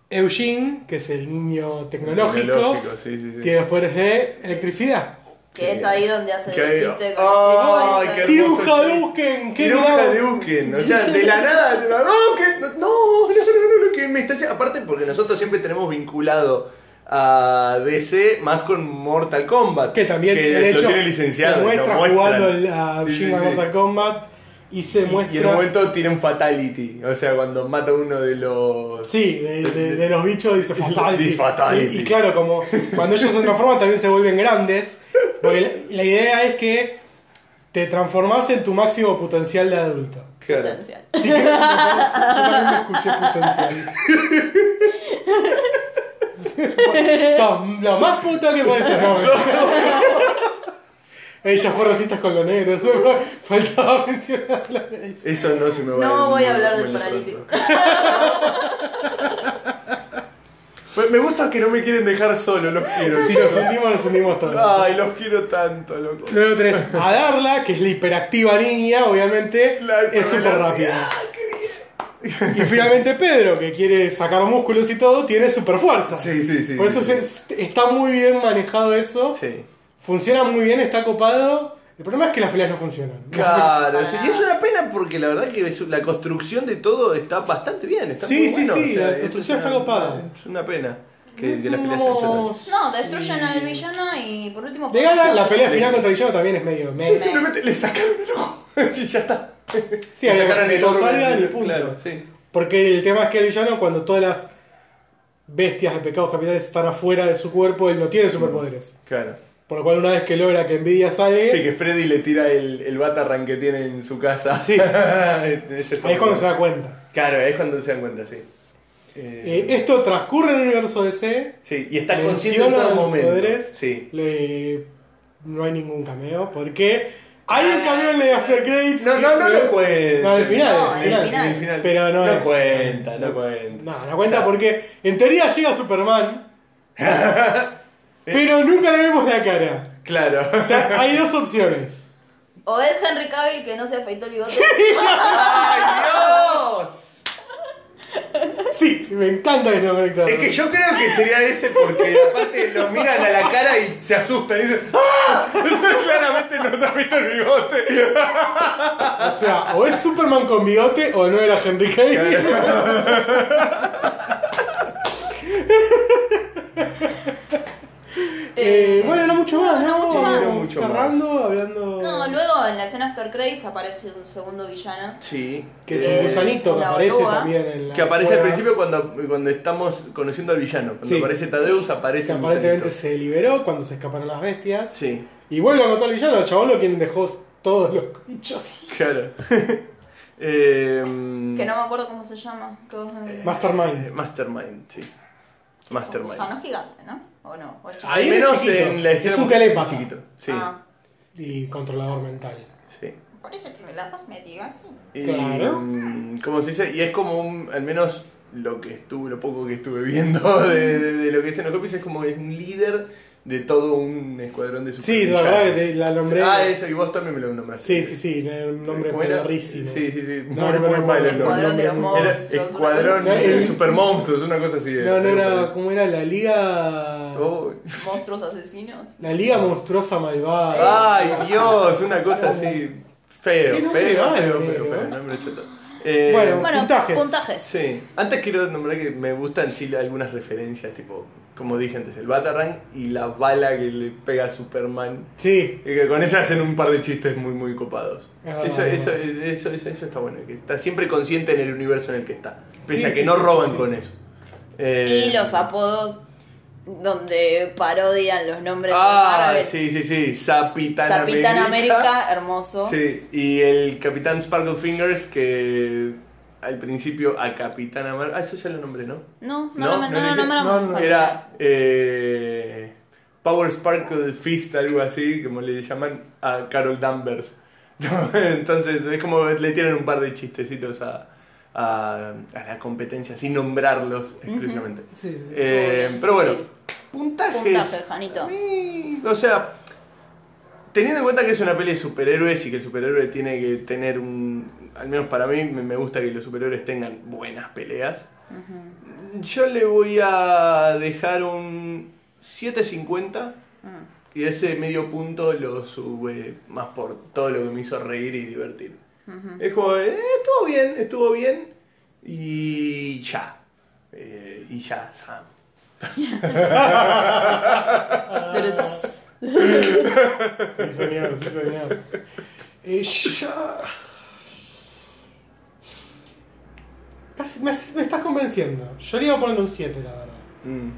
S3: Eugene, que es el niño tecnológico.
S2: Tecnológico, sí, sí, sí.
S3: Tiene los poderes de electricidad.
S1: Que es ahí donde hace
S2: Que-
S1: el chiste con
S2: ¡Ay,
S1: el
S2: qué
S1: chico este.
S3: Tiene un
S2: hermoso
S3: Hadouken. qué
S2: Quiero un
S3: bravo.
S2: Hadouken, o sea, de la nada, de la- no, que, no, no, no, no, no, que me está aparte porque nosotros siempre tenemos vinculado a DC más con Mortal Kombat,
S3: Que también,
S2: que
S3: de
S2: lo
S3: hecho,
S2: tiene licenciado,
S3: se
S2: lo
S3: muestra
S2: muestran.
S3: jugando al- a
S2: Sí, sí,
S3: Shin
S2: sí.
S3: Mortal Kombat y se muestra.
S2: Y en un momento tiene un fatality, o sea, cuando mata a uno de los
S3: Sí, de, de- de los bichos dice Fatality.
S2: Dice fatality.
S3: Y, y claro, como cuando ellos se transforman también se vuelven grandes. Porque la, la idea es que te transformás en tu máximo potencial de adulto.
S2: Claro.
S1: Potencial.
S3: Sí, que yo también me escuché potencial. Son lo más puto que puede ser. No, mentira. Ellas fueron racistas con los negros. Faltaba mencionarlo.
S2: Eso no se me va
S1: No
S2: ir
S1: voy a
S2: muy-
S1: hablar
S2: muy
S1: del
S2: pronto.
S1: paralítico.
S2: Me- Me gusta que no me quieren dejar solo, los quiero.
S3: Si nos hundimos, nos hundimos todos.
S2: Ay, los quiero tanto, loco.
S3: Luego tenés a Darla, que es la hiperactiva niña, obviamente
S2: La Ah,
S3: es súper rápida.
S2: hipervelocidad,
S3: Y finalmente Pedro, que quiere sacar músculos y todo, tiene super fuerza.
S2: Sí, sí, sí,
S3: Por
S2: sí,
S3: eso
S2: sí.
S3: se- está muy bien manejado eso.
S2: Sí.
S3: Funciona muy bien, está copado. El problema es que las peleas no funcionan.
S2: Claro,
S1: Para
S2: sí,
S1: nada.
S2: y es una pena porque la verdad que es- la construcción de todo está bastante bien. Está
S3: Sí,
S2: muy
S3: sí,
S2: bueno,
S3: sí, la
S2: eso
S3: construcción
S2: es
S3: está copada.
S2: Es una pena. que de las peleas en Chotas.
S1: No, destruyen al villano y por último.
S3: Le gana
S1: ponerse-
S3: la pelea final contra Guillermo también es medio.
S2: Sí,
S3: medio.
S2: simplemente le sacaron el ojo. Sí, ya está.
S3: Sí,
S2: Le
S3: había que
S2: sacaron
S3: hacer que todos
S2: ojo,
S3: salgan y
S2: el-
S3: punto.
S2: Claro, sí.
S3: Porque el tema es que el villano, cuando todas las bestias de pecados capitales están afuera de su cuerpo, él no tiene superpoderes.
S2: Claro.
S3: Por lo cual, una vez que logra que Nvidia sale,
S2: Sí, que Freddy le tira el, el batarran que tiene en su casa.
S3: Sí. ahí es cuando se da cuenta.
S2: Claro, ahí es cuando se dan cuenta, sí. Eh,
S3: Eh, esto transcurre en el universo DC.
S2: sí, y está
S3: menciona
S2: consciente en
S3: los
S2: todo momento.
S3: poderes.
S2: Sí.
S3: Le- No hay ningún cameo, porque hay un cameo en el after credits.
S2: Ah. No, no, no lo cuentes.
S3: No, al final,
S1: No, en
S3: al
S1: el
S3: final.
S1: final.
S2: En el final.
S3: Pero no es-
S2: cuenta, no cuenta.
S3: No, no cuenta porque en teoría llega Superman, pero nunca le vemos la cara.
S2: Claro.
S3: O sea, hay dos opciones.
S1: O es Henry Cavill que no se afeitó el bigote.
S2: ¡Ay, Dios!
S3: Sí, me encanta que esté conectado.
S2: Es que yo creo que sería ese porque aparte lo miran a la cara y se asustan y dicen ¡Ah! Claramente no se ha visto el bigote.
S3: O sea, o es Superman con bigote o no era Henry Cavill. Eh, bueno, no mucho más, ¿no?
S1: no mucho más.
S3: Pero
S1: No
S2: mucho
S3: Cerrando, hablando.
S1: No, luego en la escena After Credits aparece un segundo villano.
S2: Sí.
S3: Que es un
S1: Eh,
S3: gusanito que
S1: una
S3: aparece
S1: oruga.
S3: también en la.
S2: Que aparece al
S3: cueva,
S2: principio cuando, cuando estamos conociendo al villano. Cuando
S3: Sí.
S2: aparece Tadeus aparece
S3: Que
S2: un
S3: aparentemente
S2: gusanito.
S3: se liberó cuando se escaparon las bestias.
S2: Sí,
S3: Y vuelve a matar al villano, el chabón lo quien dejó todos los bichos.
S2: claro. Em,
S1: Que no me acuerdo cómo se llama. Todos me-
S2: eh,
S3: Mastermind.
S2: Mastermind, sí.
S1: Son
S2: Mastermind.
S1: gusanos gigantes, ¿no? ¿O no? ¿O es chico?
S3: Ahí
S2: Al menos
S3: es chiquito.
S2: en la escena
S3: Es un
S2: porque
S3: telepata.
S2: chiquito. Sí,
S1: Ah,
S3: Y controlador mental.
S2: sí.
S1: por eso tiene la voz medio así.
S2: Y,
S3: Claro.
S2: mm, ¿Cómo se dice? Y es como un, al menos lo que estuve, lo poco que estuve viendo de, de- de lo que dicen los copies, es como es un líder de todo un escuadrón de
S3: Sí, la verdad que
S2: supervillanos.
S3: te la nombré.
S2: Ah, eso, y vos también me lo nombraste.
S3: Sí, sí, sí, un nombre
S2: ¿Cómo era?
S3: rarísimo.
S2: Sí, sí, sí.
S3: No,
S2: muy,
S3: no,
S2: muy
S3: no,
S2: mal
S3: no,
S2: el
S3: no,
S2: nombre.
S3: no,
S1: Cuadrón de los
S3: Era
S2: Era
S1: monstruos. una
S2: Escuadrón
S1: cosa
S3: sí.
S2: de
S1: así.
S2: Super Monstruos, una cosa así.
S3: No, no era.
S2: era
S3: ¿Cómo era? La Liga.
S2: Oh.
S1: Monstruos asesinos.
S3: La Liga Monstruosa Malvada.
S2: Ay, Dios, una cosa así. Feo,
S3: Qué
S2: feo,
S3: nombre
S2: feo,
S3: malo,
S2: feo,
S3: negro,
S2: feo,
S3: eh.
S2: nombre choto. Eh,
S3: Bueno.
S1: Bueno,
S3: Puntajes.
S1: puntajes.
S2: Sí, antes quiero nombrar que me gustan sí algunas referencias, tipo, como dije antes, el Batarang y la bala que le pega a Superman.
S3: Sí.
S2: Y que con ella hacen un par de chistes muy, muy copados.
S3: Ah,
S2: eso,
S3: bueno.
S2: eso, eso, eso, eso está bueno, que está siempre consciente en el universo en el que está. Pese
S3: Sí,
S2: a que
S3: sí,
S2: no
S3: sí,
S2: roban
S3: sí, sí.
S2: con eso. Eh,
S1: Y los apodos donde parodian los nombres de
S2: Ah,
S1: Marvel.
S2: sí, sí, sí. Zapitan
S1: Capitán
S2: América.
S1: América, hermoso.
S2: Sí, y el Capitán Sparkle Fingers que al principio a Capitán América. Ah, eso ya lo nombré, ¿no?
S1: No, no, no, no,
S2: No, no
S1: no,
S2: le-
S1: no, no,
S3: no,
S1: no,
S3: no,
S1: no
S2: Era eh, Power Sparkle Fist, algo así, como le llaman a Carol Danvers. Entonces es como le tienen un par de chistecitos a, a, a la competencia, sin nombrarlos exclusivamente.
S3: Sí, sí.
S2: Eh,
S1: Todo
S2: pero bueno,
S1: sutil.
S2: puntajes.
S1: Puntaje, Janito.
S2: A mí, o sea, teniendo en cuenta que es una peli de superhéroes y que el superhéroe tiene que tener un. Al menos para mí, me me gusta que los superhéroes tengan buenas peleas. Yo le voy a dejar un 750 y ese medio punto lo sube más por todo lo que me hizo reír y divertir. Es como, eh, estuvo bien, estuvo bien y ya. Eh, y ya, Sam. Ah.
S3: Sí, señor, sí, señor. Eh, ya- Casi me, me estás convenciendo. Yo le iba a poner un 7, la verdad.
S2: Mm.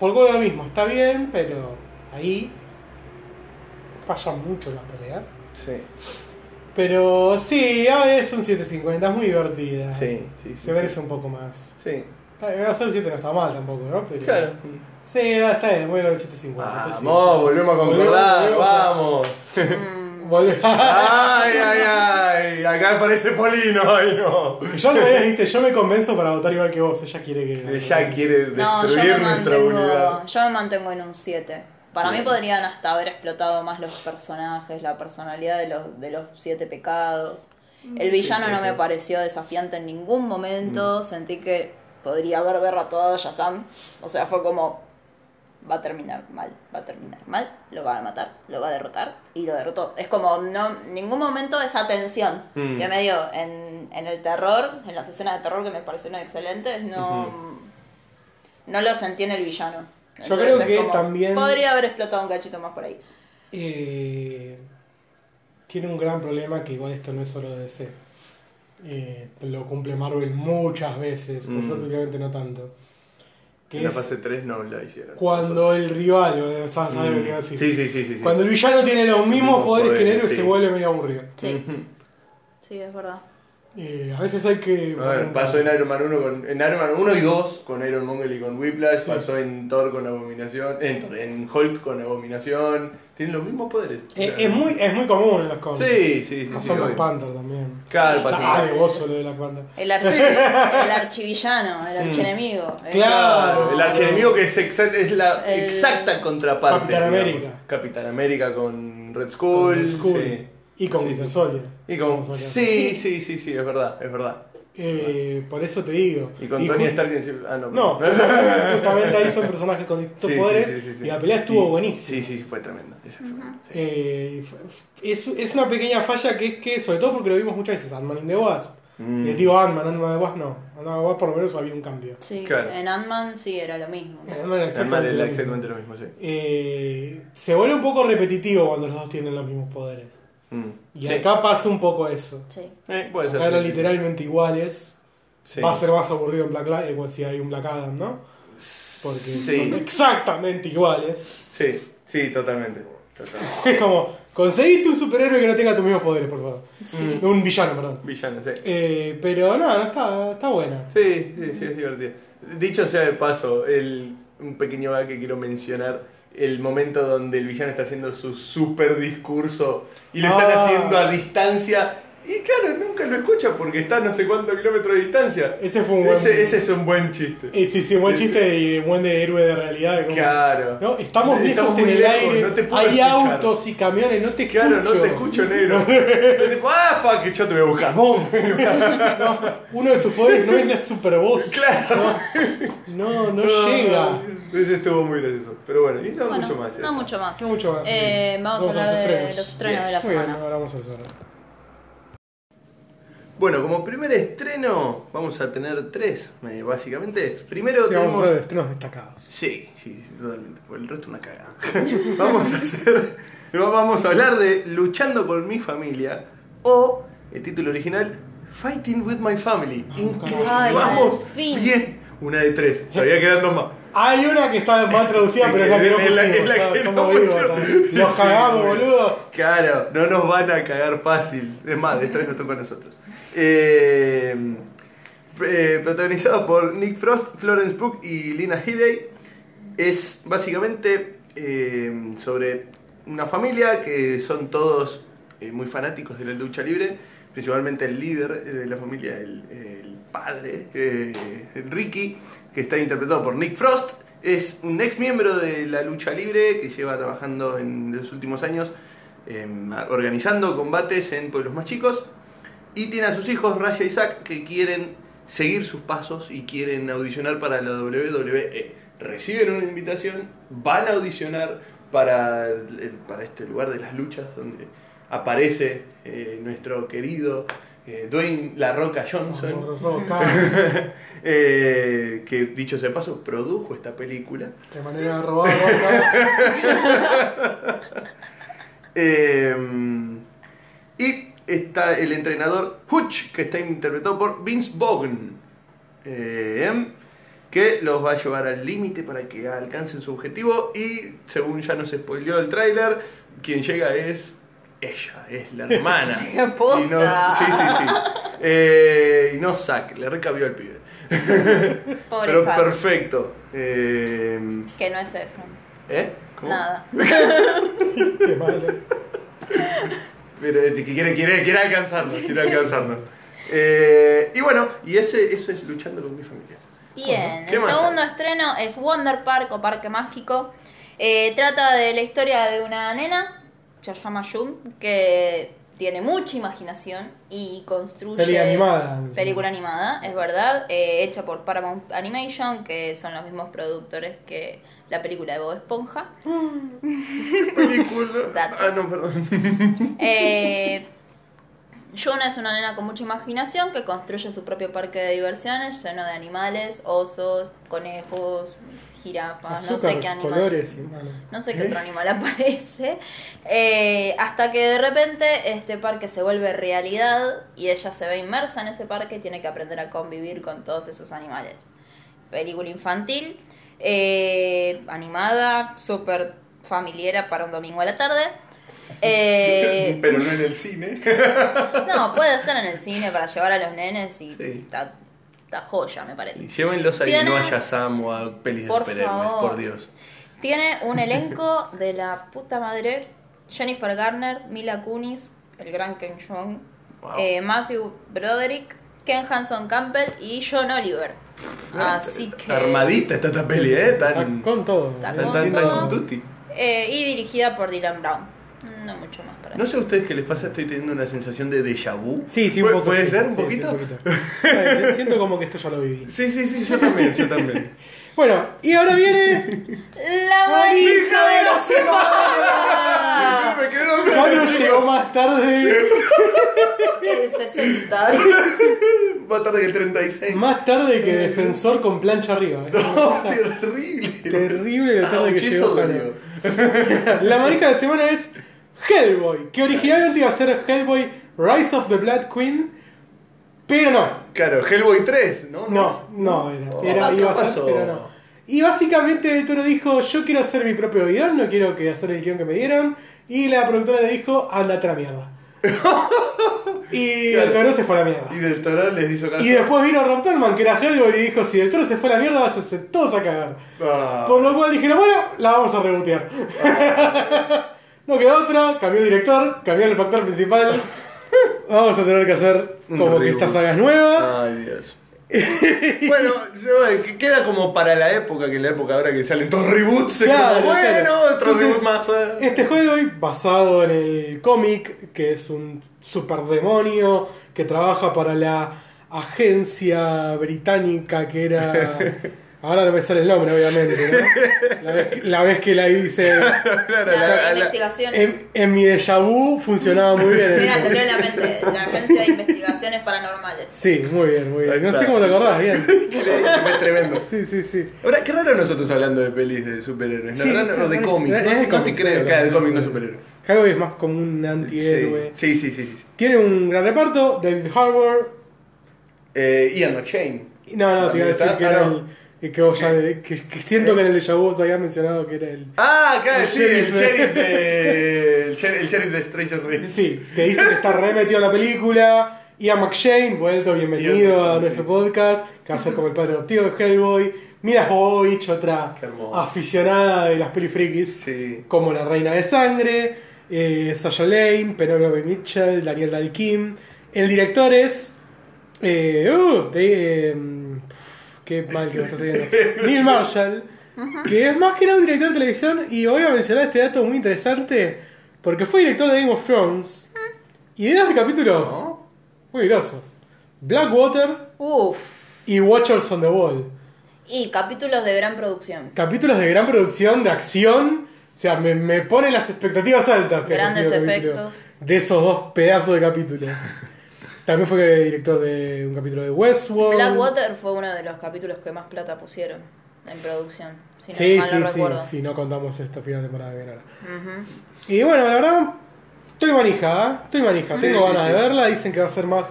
S3: Por lo mismo, está bien, pero ahí fallan mucho las peleas.
S2: Sí,
S3: Pero sí, ah, es un 750, es muy divertida.
S2: sí, sí. sí,
S3: Se merece un poco más.
S2: Sí,
S3: Está- eh, O sea, un 7 no está mal tampoco, ¿no? Pero-
S2: claro.
S3: Sí, ah, está bien, voy a ver el 750.
S2: Ah, Vamos,
S3: entonces sí.
S2: volvemos a concordar,
S3: Volvemos,
S2: vamos.
S3: Volve-
S2: Ay, ay, ay, acá aparece Polino, ay no.
S3: Yo no dijiste, yo me convenzo para votar igual que vos, ella quiere que...
S2: Ella quiere
S1: No, yo
S2: destruir
S1: me,
S2: nuestra
S1: mantengo,
S2: unidad.
S1: yo me mantengo en un 7. Para mí
S2: Bien.
S1: podrían hasta haber explotado más los personajes, la personalidad de los, de los siete pecados. El villano
S2: puede
S1: no me
S2: ser.
S1: pareció desafiante en ningún momento.
S2: Mm.
S1: Sentí que podría haber derrotado a Shazam. O sea, fue como. Va a terminar mal, va a terminar mal, lo va a matar, lo va a derrotar y lo derrotó. Es como, no, ningún momento esa tensión
S2: Mm.
S1: que medio en, en el terror, en las escenas de terror que me parecieron excelentes, no, no los entiende el villano.
S3: Yo creo que también-
S1: Podría haber explotado un cachito más por ahí.
S3: Eh, tiene un gran problema que igual esto no es solo de DC. Eh, lo cumple Marvel muchas veces, por
S2: Mm.
S3: suerte últimamente no tanto. Que
S2: En la
S3: es
S2: fase 3 no la hicieron.
S3: cuando el rival, o sea,
S2: Mm.
S3: ¿sabes lo que iba a decir?
S2: Sí, sí, sí, sí. sí.
S3: Cuando el villano tiene los mismos
S2: mismos
S3: poderes que el
S2: poderes,
S3: héroe
S2: sí.
S3: se vuelve medio aburrido.
S1: Sí,
S2: Ujú.
S1: sí, es verdad.
S3: Eh, a veces hay que...
S2: A ver, pasó en Iron Man 1 con en Iron Man 1 y 2 con Iron Monger y con Whiplash, pasó en Thor con Abominación, en, Thor, en Hulk con Abominación, tienen los mismos poderes.
S3: Eh, es, muy, es muy común en los cómics.
S2: Sí, sí, sí. sí,
S3: Pasó en Black
S2: obvio. Pues
S3: Panther también.
S2: Claro,
S1: Sí,
S2: pasó.
S1: sí.
S3: Ah, de vos solo de Black Panther.
S1: El, archi- el archivillano, el
S2: Mm.
S1: archienemigo. el-
S3: Claro,
S2: El archienemigo que es, exact- es la
S1: El-
S2: exacta contraparte.
S3: Capitán
S2: digamos.
S3: América.
S2: Capitán América con Red
S3: Con
S2: Skull.
S3: Red Skull.
S2: sí.
S3: Y con
S2: Sí,
S3: Winter
S2: sí.
S3: Soldier.
S2: Y con-
S3: Soldier.
S2: sí, sí, sí, sí, es verdad, es verdad.
S3: Eh, por eso te digo.
S2: Y con Tony
S3: ju-
S2: Stark encima- Ah, no.
S3: No, justamente ahí son personajes con
S2: Sí,
S3: distintos
S2: sí,
S3: poderes
S2: sí, sí, sí.
S3: y la pelea estuvo
S2: Y-
S3: buenísima.
S2: Sí, sí, sí, fue tremenda. esa fue tremenda, sí.
S3: Eh, fue- es, es una pequeña falla que es que, sobre todo porque lo vimos muchas veces, Ant-Man in the Wasp.
S2: Mm.
S3: Les digo Ant-Man, Ant-Man in the Wasp no. Ant-Man in the Wasp por lo menos había un cambio.
S1: Sí,
S2: Claro. Eh.
S1: en Ant-Man sí era lo mismo.
S3: En Ant-Man era
S2: Además,
S3: exactamente
S2: era
S3: lo mismo.
S2: Mm. exactamente lo mismo, sí.
S3: Eh, se vuelve un poco repetitivo cuando los dos tienen los mismos poderes.
S2: Mm.
S3: Y
S2: Sí.
S3: acá pasa un poco eso.
S1: Sí.
S2: Eh, puede ser.
S3: Acá eran
S2: sí, sí,
S3: literalmente iguales.
S2: sí.
S3: Va a ser más aburrido en Black Lives, igual si hay un Black Adam, ¿no? Porque son
S2: Sí,
S3: exactamente iguales.
S2: sí, sí, totalmente. totalmente.
S3: Es como, conseguiste un superhéroe que no tenga tus mismos poderes, por favor. Mm,
S1: Sí.
S3: Un villano, perdón.
S2: Villano, sí.
S3: Eh, pero no, no está, está buena.
S2: Sí, sí, sí, es divertido. Dicho sea de paso, el, un pequeño gag que quiero mencionar, el momento donde el villano está haciendo su super discurso y lo están
S3: Ah.
S2: haciendo a distancia. Y claro, nunca lo escucha porque está a no sé cuántos kilómetros de distancia.
S3: Ese fue un buen
S2: Ese, ese es un buen chiste.
S3: Eh, sí, sí, buen
S2: Ese-
S3: chiste y buen de héroe de realidad. de como-
S2: Claro.
S3: No, estamos lejos
S2: Estamos
S3: en
S2: muy
S3: el
S2: lejos,
S3: aire.
S2: no te puedo
S3: hay
S2: escuchar.
S3: autos y camiones, no te
S2: Claro,
S3: escucho.
S2: no te escucho, negro. Es tipo, ah, fuck, it, yo te voy a buscar. ¡Bum!
S3: Uno de tus poderes no es la super voz.
S2: Claro.
S3: No, no, llega.
S2: Ese estuvo muy gracioso. Pero bueno, y no
S1: Bueno,
S2: mucho más. ya
S1: no
S2: está.
S1: mucho más.
S3: No mucho más.
S1: Eh,
S3: sí.
S1: vamos a
S3: Vamos
S1: hablar de
S3: estrenos.
S1: los estrenos de la
S3: Muy bien,
S1: semana.
S3: ahora vamos a empezar.
S2: Bueno, como primer estreno, vamos a tener tres, eh, básicamente. Primero
S3: Sí, vamos a
S2: tenemos.
S3: hacer estrenos destacados.
S2: Sí, sí, sí, totalmente. Por el resto, una cagada. vamos a hacer. Vamos a hablar de Luchando con mi familia o el título original. Fighting with my family. Increíble.
S1: Ay,
S2: Vamos.
S1: al fin.
S2: Bien. Una de tres. Todavía quedan dos más.
S3: Hay una que está mal traducida, pero es la que no
S2: Es la- es la
S3: pusimos.
S2: que
S3: ¿sabes?
S2: no
S3: Somos vivos,
S2: pusimos.
S3: ¿sabes? Los
S2: Sí,
S3: cagamos,
S2: bueno.
S3: boludos.
S2: Claro, no nos van a cagar fácil. Es más, esta vez nos toca a nosotros. Eh, eh, protagonizado por Nick Frost, Florence Pugh y Lina Headey. Es básicamente eh, sobre una familia que son todos eh, muy fanáticos de la lucha libre. Principalmente el líder de la familia, el, el padre, eh, Ricky, que está interpretado por Nick Frost. Es un ex miembro de la lucha libre que lleva trabajando en los últimos años eh, organizando combates en pueblos más chicos. Y tiene a sus hijos, Raya y Zack, que quieren seguir sus pasos y quieren audicionar para la WWE. Reciben una invitación, van a audicionar para, el- para este lugar de las luchas, donde aparece eh, nuestro querido eh, Dwayne La Roca Johnson.
S3: Vamos, Roca.
S2: Eh, que dicho sea de paso, produjo esta película.
S3: Qué manera de robar Roca.
S2: Eh, y está el entrenador Hutch, que está interpretado por Vince Vaughn, eh, que los va a llevar al límite para que alcancen su objetivo. Y según ya nos spoileó el tráiler, quien llega es ella, es la hermana.
S1: ¡Qué posta!
S2: Y no, sí, sí, sí. Eh, y no Zack, le recabió al pibe.
S1: Pobre
S2: Pero
S1: Zac,
S2: perfecto. Eh,
S1: que no es Efron.
S2: ¿Eh? ¿Cómo?
S1: Nada.
S3: Qué eh. malo.
S2: Pero eh, que quiere, quiere, quiere alcanzarnos, quiere alcanzarnos. Eh, y bueno, y ese, eso es luchando con mi familia.
S1: Bien,
S2: ¿Qué
S1: el
S2: más
S1: segundo estreno es Wonder Park o Parque Mágico. Eh, trata de la historia de una nena, se llama Jun, que tiene mucha imaginación y construye...
S3: Peli animada.
S1: Película animada, es verdad, eh, hecha por Paramount Animation, que son los mismos productores que la película de Bob Esponja.
S2: Película.
S1: Dato.
S2: Ah, no, perdón.
S1: Eh, Yuna es una nena con mucha imaginación que construye su propio parque de diversiones lleno de animales, osos, conejos, jirafas, no sé
S3: Azúcar,
S1: qué animal.
S3: colores y bueno.
S1: No sé qué
S3: ¿Eh?
S1: otro animal aparece. Eh, hasta que de repente este parque se vuelve realidad y ella se ve inmersa en ese parque y tiene que aprender a convivir con todos esos animales. Película infantil, eh, animada, súper familiar para un domingo a la tarde. Eh,
S4: Pero no en el cine.
S1: no, puede ser en el cine para llevar a los nenes y
S2: Sí.
S1: está está joya, me parece.
S2: Y llévenlos a
S1: Tiene-
S2: no a Shazam o a pelis de
S1: Por
S2: superhéroes,
S1: favor.
S2: por Dios.
S1: Tiene un elenco de la puta madre. Jennifer Garner, Mila Kunis, el gran Ken Jeong,
S2: Wow.
S1: eh, Matthew Broderick, Ken Hanson Campbell y John Oliver.
S2: Ah,
S1: Así que...
S2: Armadita está esta peli, ¿eh? Tan,
S3: Está con todo.
S1: Está
S2: tan,
S1: con
S2: tan, tan
S1: todo.
S2: con tutti.
S1: eh, y dirigida por Dylan Brown. No mucho más para
S2: No sé a ustedes qué les pasa, estoy teniendo una sensación de déjà vu.
S3: Sí, sí, un
S2: ¿Puede-
S3: poco.
S2: ¿Puede
S3: sí,
S2: ser un
S3: sí, sí,
S2: poquito?
S3: poquito. Siento como que esto ya lo viví.
S2: Sí, sí, sí, yo también, yo también.
S3: Bueno, y ahora viene.
S1: La
S3: ¡Manija de la
S1: semana!
S2: me
S3: Ah.
S2: quedo
S3: Pablo llegó más tarde.
S1: El 60.
S2: más tarde que el 36.
S3: Más tarde que defensor con plancha arriba. Es una
S2: No,
S3: cosa
S2: terrible.
S3: terrible lo tarde que
S2: Ouch,
S3: llegó.
S2: eso dolió.
S3: Jano. La manija de la semana es Hellboy, que originalmente iba a ser Hellboy Rise of the Blood Queen, pero no.
S2: Claro, Hellboy 3, ¿no?
S3: No, no era. era
S1: pasó?
S3: iba a ser,
S2: Pasó.
S3: pero no. Y básicamente el toro dijo, yo quiero hacer mi propio guión, no quiero que hacer el guión que me dieron. Y la productora le dijo, andate a la mierda. y el toro se fue a la mierda.
S2: Y del Toro les hizo caso.
S3: Y después vino Romperman, que era Hellboy, y dijo, si el toro se fue a la mierda, váyanse todos a cagar.
S2: Ah.
S3: Por lo cual dijeron, bueno, la vamos a rebotear. no queda otra, cambió el director, cambió el factor principal. vamos a tener que hacer
S2: Un
S3: como que
S2: reboot.
S3: esta saga es nueva.
S2: Ay, Dios. bueno, yo, eh, que queda como para la época, que en la época ahora que salen todos reboots, es
S3: Claro,
S2: como, bueno,
S3: claro.
S2: otro reboot
S3: Entonces,
S2: más. eh.
S3: Este Hellboy, basado en el cómic, que es un superdemonio que trabaja para la agencia británica que era. Ahora no me sale el nombre, obviamente, ¿no? La vez, que- la vez que la hice.
S2: Claro, la- la-
S1: investigaciones.
S3: En, en mi déjà vu funcionaba muy bien.
S1: Mira, lo leo en la mente. La Agencia de Investigaciones Paranormales.
S3: Sí, muy bien, muy
S2: Ahí
S3: bien. No
S2: está.
S3: sé cómo te acordás, bien.
S2: es tremendo.
S3: Sí, sí, sí.
S2: Ahora, qué raro nosotros hablando de pelis de superhéroes, ¿no?
S3: Sí,
S2: Raro,
S3: claro,
S2: o de
S3: es-
S2: cómics.
S3: es
S2: No,
S3: de
S2: No te
S3: cómics,
S2: creo,
S3: sí,
S2: claro, de
S3: claro,
S2: cómic no
S3: sí.
S2: superhéroe.
S3: Hellboy es más como un antihéroe.
S2: Sí, sí, sí, sí. sí.
S3: Tiene un gran reparto, David Harbour,
S2: Eh, Ian McShane.
S3: No, no, te iba a decir
S2: ¿Está?
S3: que
S2: Ah,
S3: era
S2: no.
S3: el. el Que, vos ya- que, que siento que en el déjà vu vos habías mencionado que era el.
S2: Ah, claro,
S3: El
S2: sí,
S3: sheriff
S2: el
S3: de-
S2: sheriff de. El sher- el sheriff de Stranger Things.
S3: Sí, que dice que está re metido en la película. Ian McShane, vuelto, bienvenido
S2: Ian,
S3: a
S2: sí.
S3: nuestro podcast. Que va a ser como el padre adoptivo de Hellboy. Mira Jovovich, otra
S2: Qué hermoso.
S3: aficionada de las pelifrikis.
S2: Sí.
S3: Como La Reina de Sangre, eh, Sasha Lane, Penelope Mitchell, Daniel Dalkim. El director es. eh, uh, de- eh, qué mal que me está saliendo. Neil Marshall, que es más que nada un director de televisión. Y voy a mencionar este dato muy interesante porque fue director de Game of Thrones y de dos capítulos
S2: ¿No?
S3: muy grosos: Blackwater
S1: Uf.
S3: y Watchers on the Wall.
S1: Y capítulos de gran producción.
S3: Capítulos de gran producción, de acción. O sea, me, me pone las expectativas altas. que haya
S1: Grandes
S3: sido capítulo
S1: efectos.
S3: De esos dos pedazos de capítulos. También fue director de un capítulo de Westworld.
S1: Blackwater fue uno de los capítulos que más plata pusieron en producción. Si no
S3: Sí,
S1: mal
S3: sí,
S1: no
S3: sí,
S1: recuerdo.
S3: sí, no contamos esta primera temporada que viene ahora.
S1: Ujú.
S3: Y bueno, la verdad, estoy manija, ¿eh? estoy manija.
S2: Sí,
S3: Tengo
S2: sí,
S3: ganas
S2: sí.
S3: de verla, dicen que va a ser más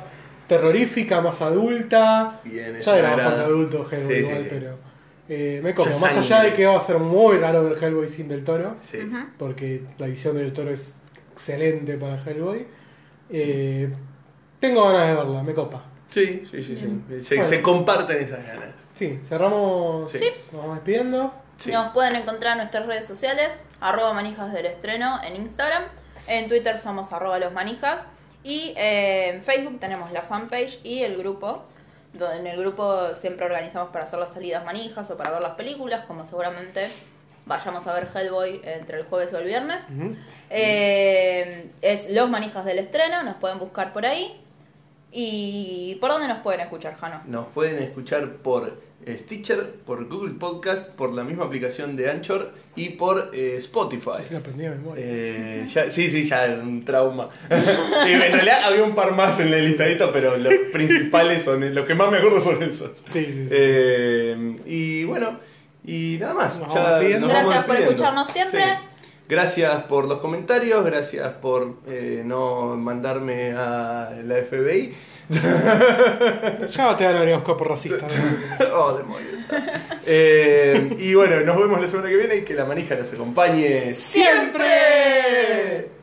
S3: terrorífica, más adulta.
S2: Bien, eso
S3: ya era
S2: me agrada.
S3: bastante adulto Hellboy
S2: Sí, sí,
S3: igual,
S2: sí.
S3: pero eh, me como.
S2: Ya
S3: Más
S2: sangre.
S3: allá de que va a ser muy raro ver Hellboy sin Del Toro,
S2: Sí.
S3: porque la visión de Del Toro es excelente para Hellboy. eh, tengo ganas de verla, me copa.
S2: Sí, sí, sí, sí. Se,
S3: Bueno.
S2: se comparten esas ganas.
S3: Sí, cerramos,
S2: Sí.
S3: nos vamos despidiendo.
S2: Sí.
S1: Nos pueden encontrar en nuestras redes sociales, arroba manijas del estreno en Instagram, en Twitter somos arroba los manijas y eh, en Facebook tenemos la fanpage y el grupo, donde en el grupo siempre organizamos para hacer las salidas manijas o para ver las películas, como seguramente vayamos a ver Hellboy entre el jueves o el viernes. Eh, es Los Manijas del Estreno, nos pueden buscar por ahí. ¿Y por dónde nos pueden escuchar, Jano?
S2: Nos pueden escuchar por eh, Stitcher, por Google Podcast, por la misma aplicación de Anchor y por eh, Spotify.
S3: Se lo aprendí de memoria.
S2: Eh, ya- sí, sí, ya era un trauma. Sí, en realidad había un par más en la listadita, pero los principales son los que más me acuerdo son esos.
S3: Sí, sí, sí.
S2: Eh, y bueno, y nada más.
S3: Nos
S2: Ya
S3: vamos despidiendo.
S2: nos vamos
S1: Gracias por
S2: despidiendo.
S1: escucharnos siempre.
S2: Gracias por los comentarios, gracias por eh, no mandarme a la FBI.
S3: Ya va a tener por racista. ¿no?
S2: oh, demonios. Eh, y bueno, nos vemos la semana que viene y que la manija nos acompañe
S1: ¡Siempre!